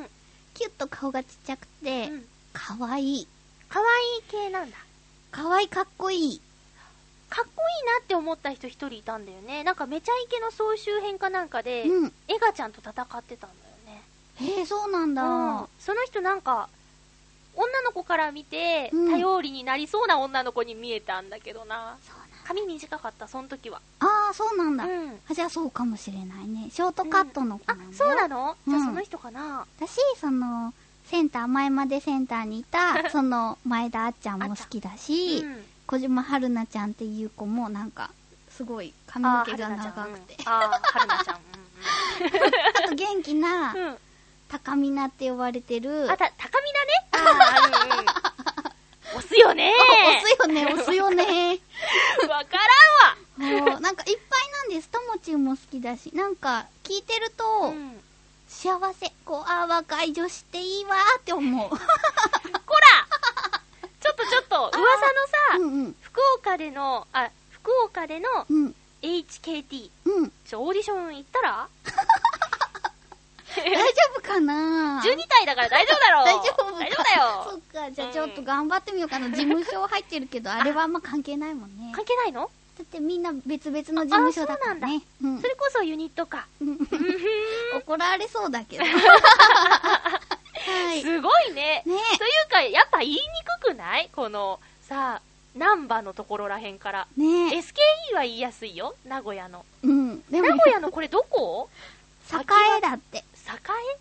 Speaker 1: キュッと顔がちっちゃくて、可愛いい。
Speaker 3: かわいい系なんだ
Speaker 1: 可愛いかっこいい。
Speaker 3: かっこいいなって思った人一人いたんだよねなんかめちゃイケの総集編かなんかで、
Speaker 1: うん。
Speaker 3: エガちゃんと戦ってたんだよね
Speaker 1: へえ、そうなんだ。
Speaker 3: うんその人なんか女の子から見て、
Speaker 1: うん
Speaker 3: 頼りになりそうな女の子に見えたんだけどな
Speaker 1: そう
Speaker 3: 髪短かったその時は
Speaker 1: なんああ、そうなんだ。
Speaker 3: うん
Speaker 1: あじゃあそうかもしれないね。ショートカットの子
Speaker 3: あ
Speaker 1: なんだよ、
Speaker 3: そうなの、じゃ
Speaker 1: う
Speaker 3: あ
Speaker 1: ん
Speaker 3: その人かな
Speaker 1: 私、その、センター、前までセンターにいた、 その、前田あっちゃんも好きだし、
Speaker 3: うん
Speaker 1: 小島春菜ちゃんっていう子もなんか、すごい髪
Speaker 3: あー
Speaker 1: の毛
Speaker 3: 春
Speaker 1: が
Speaker 3: 菜ちゃん
Speaker 1: 長くて。
Speaker 3: うんあー春菜ちゃん、うんうん
Speaker 1: ちょっと元気な、
Speaker 3: うん。
Speaker 1: 高みなって呼ばれてる。
Speaker 3: あた、高みだ ね。うんうん押すよね。
Speaker 1: 押すよね、押すよね。
Speaker 3: わから
Speaker 1: もう、なんかいっぱいなんです。ともちんも好きだし。なんか、聞いてる
Speaker 3: んわ。
Speaker 1: と
Speaker 3: う、ん
Speaker 1: 幸せ。こう、ああ、若い女子っていいわーって思う。
Speaker 3: こらちょっとちょっと、噂の
Speaker 1: う
Speaker 3: さ、
Speaker 1: んうん。
Speaker 3: 福岡での、あ、福岡での
Speaker 1: うん。
Speaker 3: HKT、
Speaker 1: うん。
Speaker 3: ちょ、オーディション行ったら
Speaker 1: 大丈夫 かな
Speaker 3: ?12 体だから大丈夫だろう
Speaker 1: 大丈夫か
Speaker 3: 大丈夫だ
Speaker 1: そっ
Speaker 3: よ
Speaker 1: か、じゃあちょっと頑張ってみようかな。事務所入ってるけど、あれはあんま関係ないもんね。だ
Speaker 3: 関係ないの
Speaker 1: ってみんな別々の事務所だからね。うん
Speaker 3: それこそユニットか。
Speaker 1: 怒られそうだけど。 はい。ね
Speaker 3: すごいね。というか、やっぱ言いにくくないこの、さ、難波のところらへんから。
Speaker 1: え。ねえ。
Speaker 3: SKE は言いやすいよ、名古屋の。
Speaker 1: うん。でも
Speaker 3: 名、古屋のこれどこ
Speaker 1: 栄だって。
Speaker 3: 栄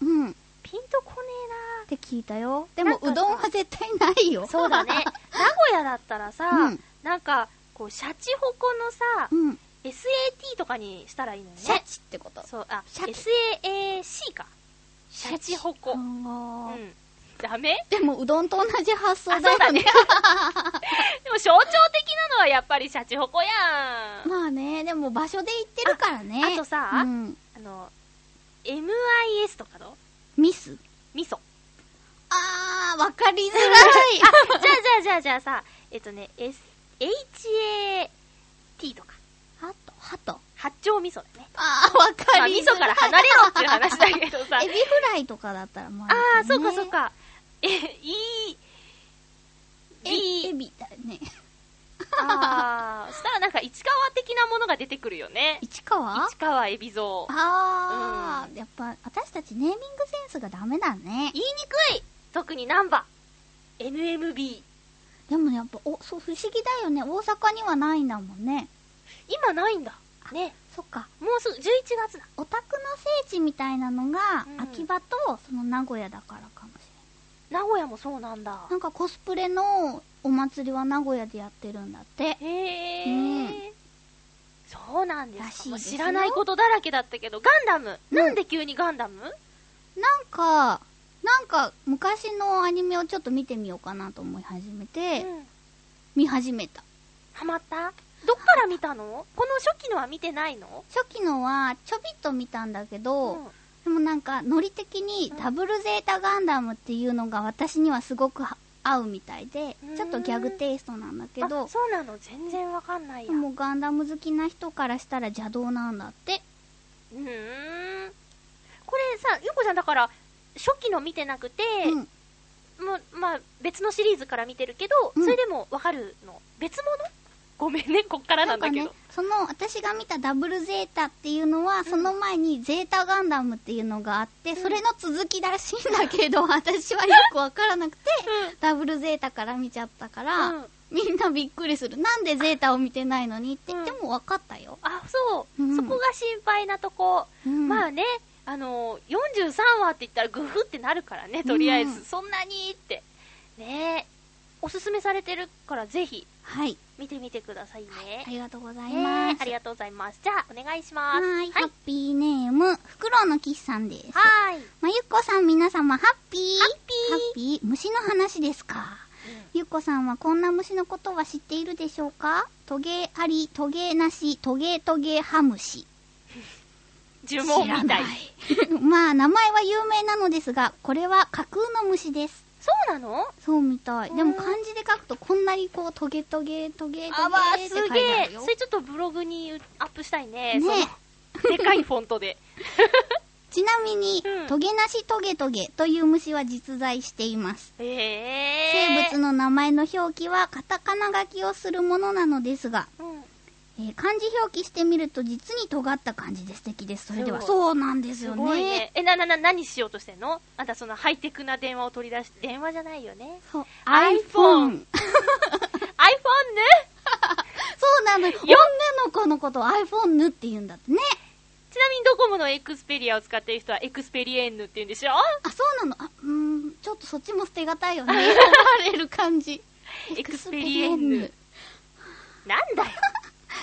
Speaker 1: うん。っ
Speaker 3: ピンとこね
Speaker 1: て聞いたよ。で
Speaker 3: な
Speaker 1: も、
Speaker 3: ん
Speaker 1: う
Speaker 3: かさ
Speaker 1: どんは絶対ない
Speaker 3: え
Speaker 1: よ。
Speaker 3: な。そうだね。 名古屋だったらさ、
Speaker 1: うん
Speaker 3: なんか、こう、シャチホコのさ、
Speaker 1: うん。
Speaker 3: SAT とかにしたらいいのよね。
Speaker 1: シャチってこと。
Speaker 3: そう、あ、
Speaker 1: シャ
Speaker 3: SAAC か。シャチホコ。
Speaker 1: う
Speaker 3: うん。
Speaker 1: ん
Speaker 3: ダメ
Speaker 1: でも、うどんと同じ発想
Speaker 3: あ、
Speaker 1: だ
Speaker 3: そうだ
Speaker 1: よ
Speaker 3: ね
Speaker 1: ね。。
Speaker 3: でも象徴的なのはやっぱりシャチホコやん。
Speaker 1: まあね、でも場所で行ってるからね。
Speaker 3: あとさ
Speaker 1: うん。
Speaker 3: あの、MIS とかの
Speaker 1: ミス。
Speaker 3: 味噌。
Speaker 1: あー、わかりづ らい。
Speaker 3: じゃあじゃあじゃあじゃあさ、えっとね、S、HAT とか、
Speaker 1: ハト、ハト。
Speaker 3: 八丁味噌だね。
Speaker 1: あー、わ
Speaker 3: ま
Speaker 1: か
Speaker 3: あ、
Speaker 1: り
Speaker 3: 味
Speaker 1: づ
Speaker 3: 噌
Speaker 1: らい。
Speaker 3: から離れろっていう話だけどさ。
Speaker 1: エビフライとかだったらもう、
Speaker 3: ああ、そうかそう。か。え、いい、
Speaker 1: エビ、
Speaker 3: い
Speaker 1: エ
Speaker 3: い、
Speaker 1: ビだね。
Speaker 3: ああ、そしたらなんか市川的なものが出てくるよね。
Speaker 1: 市川
Speaker 3: 市川海老蔵。
Speaker 1: あー、
Speaker 3: う
Speaker 1: やっぱ私たちネーミングセンスがダメだね。
Speaker 3: 言いにくい特にナンバ NMB。
Speaker 1: でもやっぱ、お、そう、不思議だよね。大阪にはないんだもんね。
Speaker 3: 今ないんだ。ね。
Speaker 1: そっか。
Speaker 3: もうすぐ11月だ。
Speaker 1: オタクの聖地みたいなのが、
Speaker 3: うん
Speaker 1: 秋葉とその名古屋だからかもしれ
Speaker 3: 名古屋もそうなんだ
Speaker 1: ない。。なんかコスプレのお祭りは名古屋でやってるんだって。
Speaker 3: へえ、
Speaker 1: うん
Speaker 3: そうなんです
Speaker 1: らしいで
Speaker 3: か
Speaker 1: す
Speaker 3: もう
Speaker 1: よ
Speaker 3: 知らないことだらけだったけどガンダム、
Speaker 1: うん
Speaker 3: なんで急にガンダム
Speaker 1: なんか、なんか昔のアニメをちょっと見てみようかなと思い始めて、
Speaker 3: うん
Speaker 1: 見始めた。
Speaker 3: ハマったどっから見たのこの初期のは見てないの
Speaker 1: 初期のはちょびっと見たんだけど、
Speaker 3: うん
Speaker 1: でもなんかノリ的に
Speaker 3: うん
Speaker 1: ダブルゼータガンダムっていうのが私にはすごくは合うみたいで
Speaker 3: うーん、
Speaker 1: ちょっとギャグテイストなんだけ
Speaker 3: あ
Speaker 1: ど、
Speaker 3: そうなの全然わかんない
Speaker 1: で
Speaker 3: やう
Speaker 1: もガンダム好きな人からしたら邪道なんだって。
Speaker 3: ーんこれさゆうこちゃんだから初期の見てなくて、
Speaker 1: うん。
Speaker 3: もうまあ別のシリーズから見てるけど、
Speaker 1: うん
Speaker 3: それでもわかるの別物ごめんねこっからなんだけど、
Speaker 1: ね、その私が見たダブルゼータっていうのは、その前にゼータガンダムっていうのがあって、それの続きらしいんだけど、私はよくわからなく て、ダブルゼータから見ちゃったから、
Speaker 3: うん
Speaker 1: みんなびっくりする。なんでゼータを見てないのにって
Speaker 3: う
Speaker 1: 言
Speaker 3: ん
Speaker 1: ってもわかったよ。
Speaker 3: あそう、
Speaker 1: うん
Speaker 3: そこが心配なとこ
Speaker 1: うん
Speaker 3: まあね、あのー、43話って言ったらグフってなるからね、とりあえず、
Speaker 1: うん
Speaker 3: そんなにって。ねえ、おすすめされてるからぜひ
Speaker 1: はい。
Speaker 3: 見てみてくださいね。
Speaker 1: ありがとうござい
Speaker 3: ね
Speaker 1: ま
Speaker 3: え
Speaker 1: す。
Speaker 3: ありがとうございます。じゃあ、お願いします。
Speaker 1: はい。
Speaker 3: は
Speaker 1: ハ
Speaker 3: い
Speaker 1: ッ。ピーネーム、フクロウの岸さんです。
Speaker 3: はーい。
Speaker 1: まゆっこさん皆様、ハッピー
Speaker 3: ハッピー
Speaker 1: ハッピー虫の話ですか。ゆっこさんはこんな虫のことは知っているでしょうかトゲあり、トゲなし、トゲトゲハムシ。
Speaker 3: 呪文みたい。
Speaker 1: い。 まあ、名前は有名なのですが、これは架空の虫です。
Speaker 3: そうなの
Speaker 1: そうみたい。で
Speaker 3: う
Speaker 1: も
Speaker 3: ん
Speaker 1: 漢字で書くとこんなにこう、トゲトゲ、トゲトゲって
Speaker 3: あわー、
Speaker 1: 書
Speaker 3: す
Speaker 1: いてあ
Speaker 3: げ
Speaker 1: る
Speaker 3: え。
Speaker 1: よ
Speaker 3: そ。れちょっとブログにアップしたいね。
Speaker 1: ね
Speaker 3: そのでかいフォント で。
Speaker 1: ちなみに、
Speaker 3: うん
Speaker 1: トゲなしトゲトゲという虫は実在しています。
Speaker 3: ええ
Speaker 1: 生物の名前の表記はカタカナ書きをするものなのですが、
Speaker 3: 物の。
Speaker 1: えー漢字表記してみると実に尖った感じで素敵です。それでは。
Speaker 3: そう
Speaker 1: そうなんですすよ
Speaker 3: ごい
Speaker 1: ね。
Speaker 3: ね。え、な、な、な、何しようとしてんのあんたそのハイテクな電話を取り出し、電話じゃないよ ね。
Speaker 1: そう
Speaker 3: iPhone
Speaker 1: iPhone。
Speaker 3: iPhone ね
Speaker 1: そうなのよ。女の子のことを iPhone ぬって言うんだってね。
Speaker 3: ちなみにドコモのエクスペリアを使ってる人はエクスペリエンヌって言うんでしょ
Speaker 1: あ、そうなの。あ、うーん、ちょっとそっちも捨てがたい よね。言われる感じ。
Speaker 3: エクスペリエンヌ。なんだよ。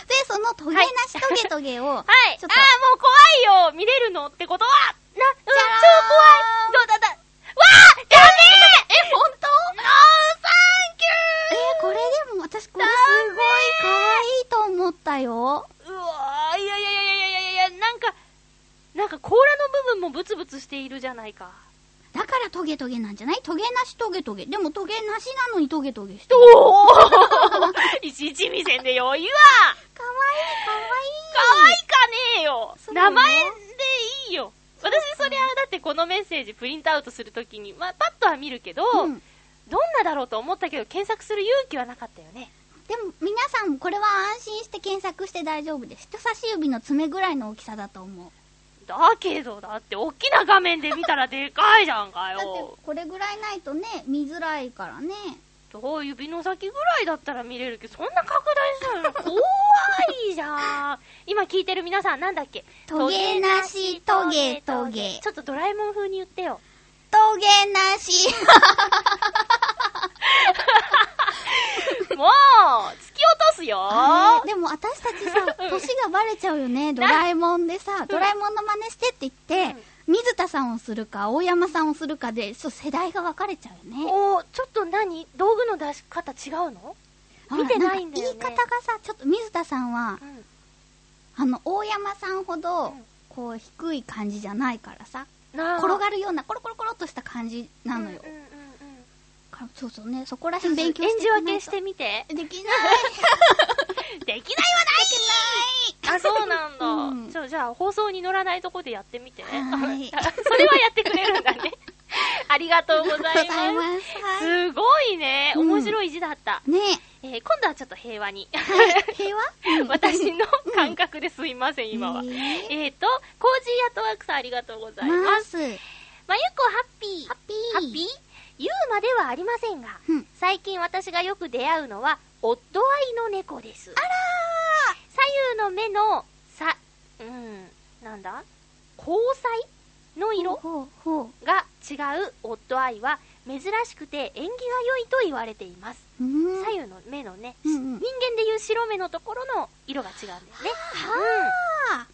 Speaker 1: で、そそのトゲなしトゲトゲを、
Speaker 3: はい。
Speaker 1: ちょっと
Speaker 3: ああ、もう怖いよ見れるのってことはな、うん、超
Speaker 1: じゃらーん
Speaker 3: 怖いどうだだわあダメえ、本当ノーサンキ
Speaker 1: えー、これでも私これすごい可愛いと思ったよ。
Speaker 3: ューうわーいやいやいやいやいやいや、なんか、なんか甲羅の部分もブツブツしているじゃないか。
Speaker 1: だからトゲトゲなんじゃないトゲなしトゲトゲ。でもトゲなしなのにトゲトゲしてる。
Speaker 3: おー いちいち見せんで余裕は
Speaker 1: かわい
Speaker 3: 可
Speaker 1: い
Speaker 3: 愛かねえよ
Speaker 1: そうなの
Speaker 3: 名前でいいよ私そりゃだってこのメッセージプリントアウトするときに、まあ、パッとは見るけど、
Speaker 1: かわいい。うん。
Speaker 3: どんなだろうと思ったけど検索する勇気はなかったよね
Speaker 1: でも皆さんこれは安心して検索して大丈夫です。人差し指の爪ぐらいの大きさだと思う。
Speaker 3: だけどだって大きな画面で見たらでかいじゃんか
Speaker 1: だって
Speaker 3: よ
Speaker 1: これぐらいないとね、見づらいからね。
Speaker 3: どう指の先ぐらいだったら見れるけどそんな拡大した ら怖いじゃん今聞いてる皆さんなんだっけ
Speaker 1: トゲなしトゲトゲ
Speaker 3: ちょっとドラえもん風に言ってよ
Speaker 1: トゲなし。
Speaker 3: もう突き落とすよ
Speaker 1: あれでも私たちさ、
Speaker 3: うん
Speaker 1: 年がバレちゃうよね。ドラえもんでさ、ドラえもんの真似してって言って、水田さんをするか、大山さんをするかで、そう、世代が分かれちゃうよね。
Speaker 3: おーちょっと何道具の出し方違うの
Speaker 1: あ
Speaker 3: 見てないんだよね
Speaker 1: か言い方がさ、ちょっと水田さんは、あの、大山さんほ
Speaker 3: う
Speaker 1: ど
Speaker 3: ん、
Speaker 1: こう、低い感じじゃないからさ、
Speaker 3: なあ
Speaker 1: 転がるような、コロコロコロっとした感じなのよ
Speaker 3: うん。うんうんうん
Speaker 1: かそうそうね、そこら辺勉強
Speaker 3: 演
Speaker 1: して
Speaker 3: じ
Speaker 1: いか
Speaker 3: 分
Speaker 1: な
Speaker 3: け
Speaker 1: いと
Speaker 3: してみて
Speaker 1: できない。でき
Speaker 3: できない
Speaker 1: な い。
Speaker 3: あそうなんだ、
Speaker 1: うん
Speaker 3: じゃあじゃあ放送に乗らないとこでやってみて それ
Speaker 1: は
Speaker 3: はや
Speaker 1: い
Speaker 3: ってくれるんだね ありがとうござい
Speaker 1: あ
Speaker 3: ま
Speaker 1: りが
Speaker 3: す
Speaker 1: とうございます。は
Speaker 3: すごいね
Speaker 1: うん
Speaker 3: 面白い字だった、
Speaker 1: い。ね
Speaker 3: えー今度はちょっと平和に
Speaker 1: え、平和うん
Speaker 3: 私の感覚ですいません今は、
Speaker 1: えー
Speaker 3: えっ、とコージーアットワークさんありがとうございます、
Speaker 1: ます。ハッ
Speaker 3: まゆこハッピー
Speaker 1: ピー。
Speaker 3: ハッピー言うまではありませんが、
Speaker 1: うん
Speaker 3: 最近私がよく出会うのは、オッドアイの猫です。
Speaker 1: あら
Speaker 3: 左右の目の、さ、うん、なんだ交彩の
Speaker 1: ー
Speaker 3: 色
Speaker 1: ほうほう。
Speaker 3: が違うオッドアイは、珍しくて縁起が良いと言われています。
Speaker 1: うーん。
Speaker 3: 左右の目のね、
Speaker 1: うんうん
Speaker 3: 人間でいう白目のところの色が違うんだよね。
Speaker 1: は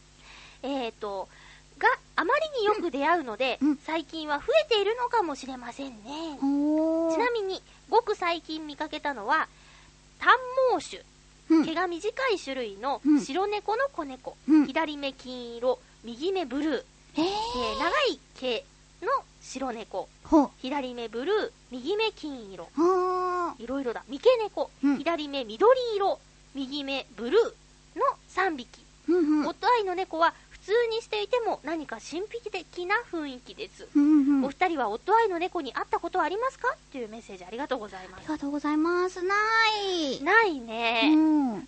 Speaker 3: えーと、があまりによく出会うので、
Speaker 1: うんうん
Speaker 3: 最近は増えているのかもしれませんね。
Speaker 1: ーほー
Speaker 3: ちなみに、ごく最近見かけたのは、短毛種、
Speaker 1: うん
Speaker 3: 毛が短い種類の
Speaker 1: うん
Speaker 3: 白猫の子猫、
Speaker 1: うん
Speaker 3: 左目金色、右目ブルー、
Speaker 1: えー
Speaker 3: えー長い毛の白猫、
Speaker 1: ほう。
Speaker 3: 左目ブルー、右目金色、
Speaker 1: ほー
Speaker 3: いろいろだ、眉毛猫、
Speaker 1: うん
Speaker 3: 左目緑色、右目ブルーの3匹、
Speaker 1: うんうん
Speaker 3: オットアイの猫は普通にしていても何か神秘的な雰囲気です。
Speaker 1: うんうん
Speaker 3: お
Speaker 1: あ
Speaker 3: 二人はオットアイの猫に会ったことはありますかというメッセージありがとうございます
Speaker 1: り。がとうございます。ない。
Speaker 3: ないね、
Speaker 1: う
Speaker 3: そ
Speaker 1: ん。
Speaker 3: んなに間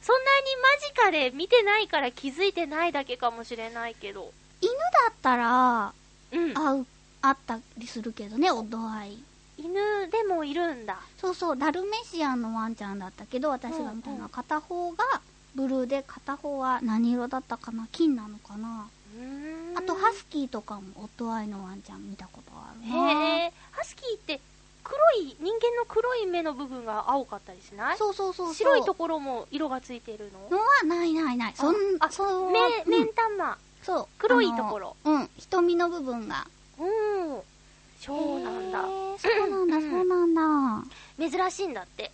Speaker 3: 近で見てないから気づいてないだけかもしれないけど
Speaker 1: 犬だったら、
Speaker 3: うん
Speaker 1: 会う、会ったりするけどね、お度合い。
Speaker 3: 犬でもいるんだ
Speaker 1: そうそう、ダルメシアンのワンちゃんだったけど、私が見た
Speaker 3: うんう
Speaker 1: の
Speaker 3: ん
Speaker 1: は片方がブルーで片方は何色だったかな金なのかな
Speaker 3: うーん
Speaker 1: あとハスキーとかもオットアイのワンちゃん見たことあるな。
Speaker 3: へえハスキーって黒い人間の黒い目の部分が青かったりしない
Speaker 1: そうそうそうそう。
Speaker 3: 白いところも色がついてる
Speaker 1: の
Speaker 3: の
Speaker 1: はないないない。そん
Speaker 3: あ、
Speaker 1: そう、
Speaker 3: 目
Speaker 1: うん
Speaker 3: 目ん玉
Speaker 1: そう。
Speaker 3: 黒いとこ
Speaker 1: ろ。
Speaker 3: ろ
Speaker 1: うん、瞳の部分が。
Speaker 3: うんそうなんだ
Speaker 1: へーそうなんだ、
Speaker 3: うん
Speaker 1: そうなんだ。
Speaker 3: 珍しいんだって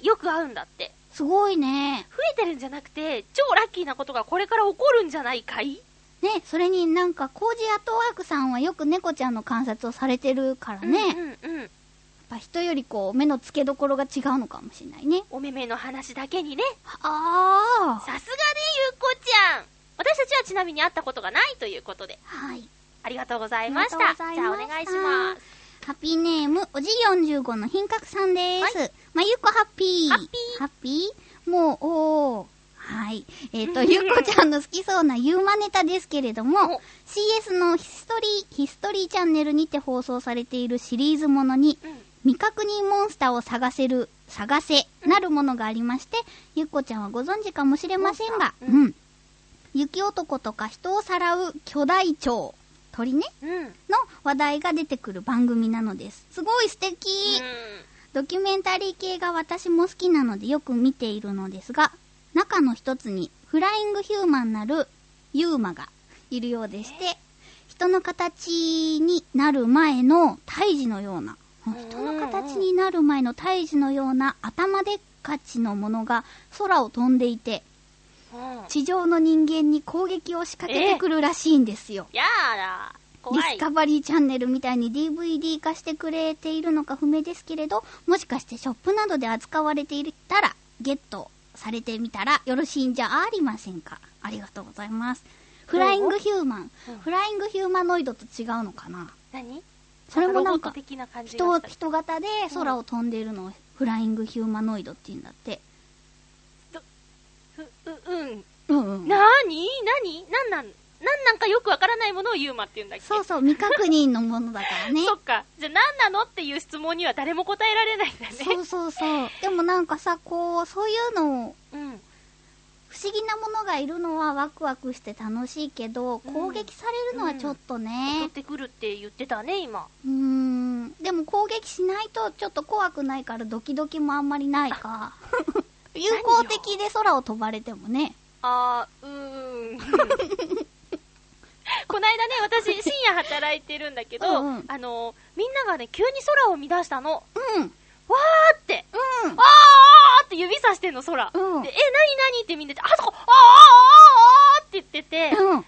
Speaker 3: によく会うんだって
Speaker 1: すごいね。
Speaker 3: 増えてるんじゃなくて超ラッキーなことがこれから起こるんじゃないかい
Speaker 1: ね、それになんか、コージアットワークさんはよく猫ちゃんの観察をされてるからね。やっ
Speaker 3: うんうんうん、
Speaker 1: ぱ人よりこう、目の付けどころが違うのかもしれないね。
Speaker 3: おめめの話だけにね
Speaker 1: あ
Speaker 3: さす
Speaker 1: あ。
Speaker 3: がねゆうこちゃん私たちはちなみに会ったことがないということで
Speaker 1: はい。
Speaker 3: ありがとうございました
Speaker 1: ありがとうござい
Speaker 3: じゃあお
Speaker 1: ました
Speaker 3: 願いします
Speaker 1: ハッピーネーム、おじ45の品格さんです。まあ、ゆっこハッピー。
Speaker 3: ハッピ
Speaker 1: ー。ハッピーもう、おー。はい。え っ、と、ゆっこちゃんの好きそうなユーマネタですけれども
Speaker 3: お、
Speaker 1: CS のヒストリー、ヒストリーチャンネルにて放送されているシリーズものに、
Speaker 3: うん
Speaker 1: 未確認モンスターを探せる、探せ、なるものがありまして、ゆっこちゃんはご存知かもしれませんが、
Speaker 3: モンスター
Speaker 1: う
Speaker 3: うん
Speaker 1: ん。雪男とか人をさらう巨大鳥、鳥ね。
Speaker 3: うん、
Speaker 1: の話題が出てくる番組なのです。すごい素敵、ドキュメンタリー系が私も好きなのでよく見ているのですが、中の一つにフライングヒューマンなるユーマがいるようでして、人の形になる前の胎児のような、人の形になる前の胎児のような頭でっかちのものが空を飛んでいて、
Speaker 3: うん
Speaker 1: 地上の人間に攻撃を仕掛けてくるらしいんですよ。
Speaker 3: やだ
Speaker 1: デ
Speaker 3: 怖
Speaker 1: ィ
Speaker 3: い
Speaker 1: スカバリーチャンネルみたいに DVD 化してくれているのか不明ですけれど、もしかしてショップなどで扱われていたら、ゲットされてみたらよろしいんじゃありませんか。ありがとうございます。フライングヒューマン
Speaker 3: うん。
Speaker 1: フライングヒューマノイドと違うのかな
Speaker 3: 何
Speaker 1: それもなん
Speaker 3: ロボット
Speaker 1: か、
Speaker 3: 的な感じが
Speaker 1: 人
Speaker 3: した、
Speaker 1: 人型で空を飛んでいるのをフライングヒューマノイドって言うんだって。
Speaker 3: う、う、うん。
Speaker 1: うんうん。
Speaker 3: なーになになんなんなんなんかよくわからないものをユーマって言うんだっけ
Speaker 1: そうそう、未確認のものだからね。
Speaker 3: そっか。じゃあ何なのっていう質問には誰も答えられないんだね。
Speaker 1: そうそうそう。でもなんかさ、こう、そういうのを、
Speaker 3: うん。
Speaker 1: 不思議なものがいるのはワクワクして楽しいけど、
Speaker 3: うん
Speaker 1: 攻撃されるのはちょっと
Speaker 3: 取っ
Speaker 1: ね。
Speaker 3: てくるって言ってたね、今。
Speaker 1: うーん、でも攻撃しないとちょっと怖くないからドキドキもあんまりない か。有効的で空を飛ばれてもね。
Speaker 3: あー、うーん。 こないだね、私、深夜働いてるんだけど、
Speaker 1: うんうん
Speaker 3: あのー、みんながね、急に空を見出したの。わ
Speaker 1: うん、う
Speaker 3: ー
Speaker 1: ん。
Speaker 3: って、あーって指さしてんの、空。
Speaker 1: うん
Speaker 3: でえ、なになにってみんなで、あそこ、あーあーあーあーって言ってて、UFO
Speaker 1: うん。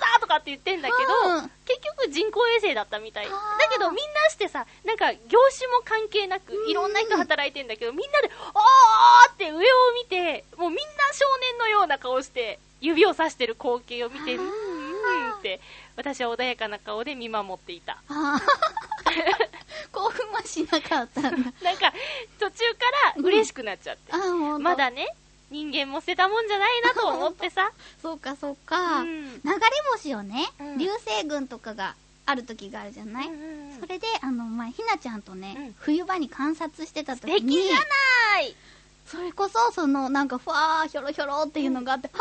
Speaker 3: だとかって言ってんだけど、
Speaker 1: うん
Speaker 3: 結局人工衛星だったみたい。
Speaker 1: あ
Speaker 3: だ
Speaker 1: ー
Speaker 3: けどみんなしてさ、なんか業種も関係なく
Speaker 1: う、ん
Speaker 3: いろんな人働いてんだけど、みんなで、あーって上を見て、もうみんな少年のような顔して、指を指してる光景を見て、
Speaker 1: あー
Speaker 3: うんうんって、私は穏やかな顔で見守っていた。
Speaker 1: ああ。興奮はしなかったん
Speaker 3: な
Speaker 1: だ。
Speaker 3: んか、途中から嬉しくなっちゃって。
Speaker 1: ああ、ほんと
Speaker 3: ま。だね、人間も捨てたもんじゃないなと思ってさ、
Speaker 1: そうか、そうか。
Speaker 3: う
Speaker 1: 流
Speaker 3: ん
Speaker 1: れ星をね、
Speaker 3: うん
Speaker 1: 流星群とかがある時があるじゃない、
Speaker 3: うんうんうん
Speaker 1: それで、あの、前、ひなちゃんとね、
Speaker 3: うん
Speaker 1: 冬場に観察してた
Speaker 3: 素
Speaker 1: 時
Speaker 3: 敵
Speaker 1: に
Speaker 3: じ、ゃない
Speaker 1: それこそ、その、なんか、ふわー、ひょろひょろっていうのがあって、は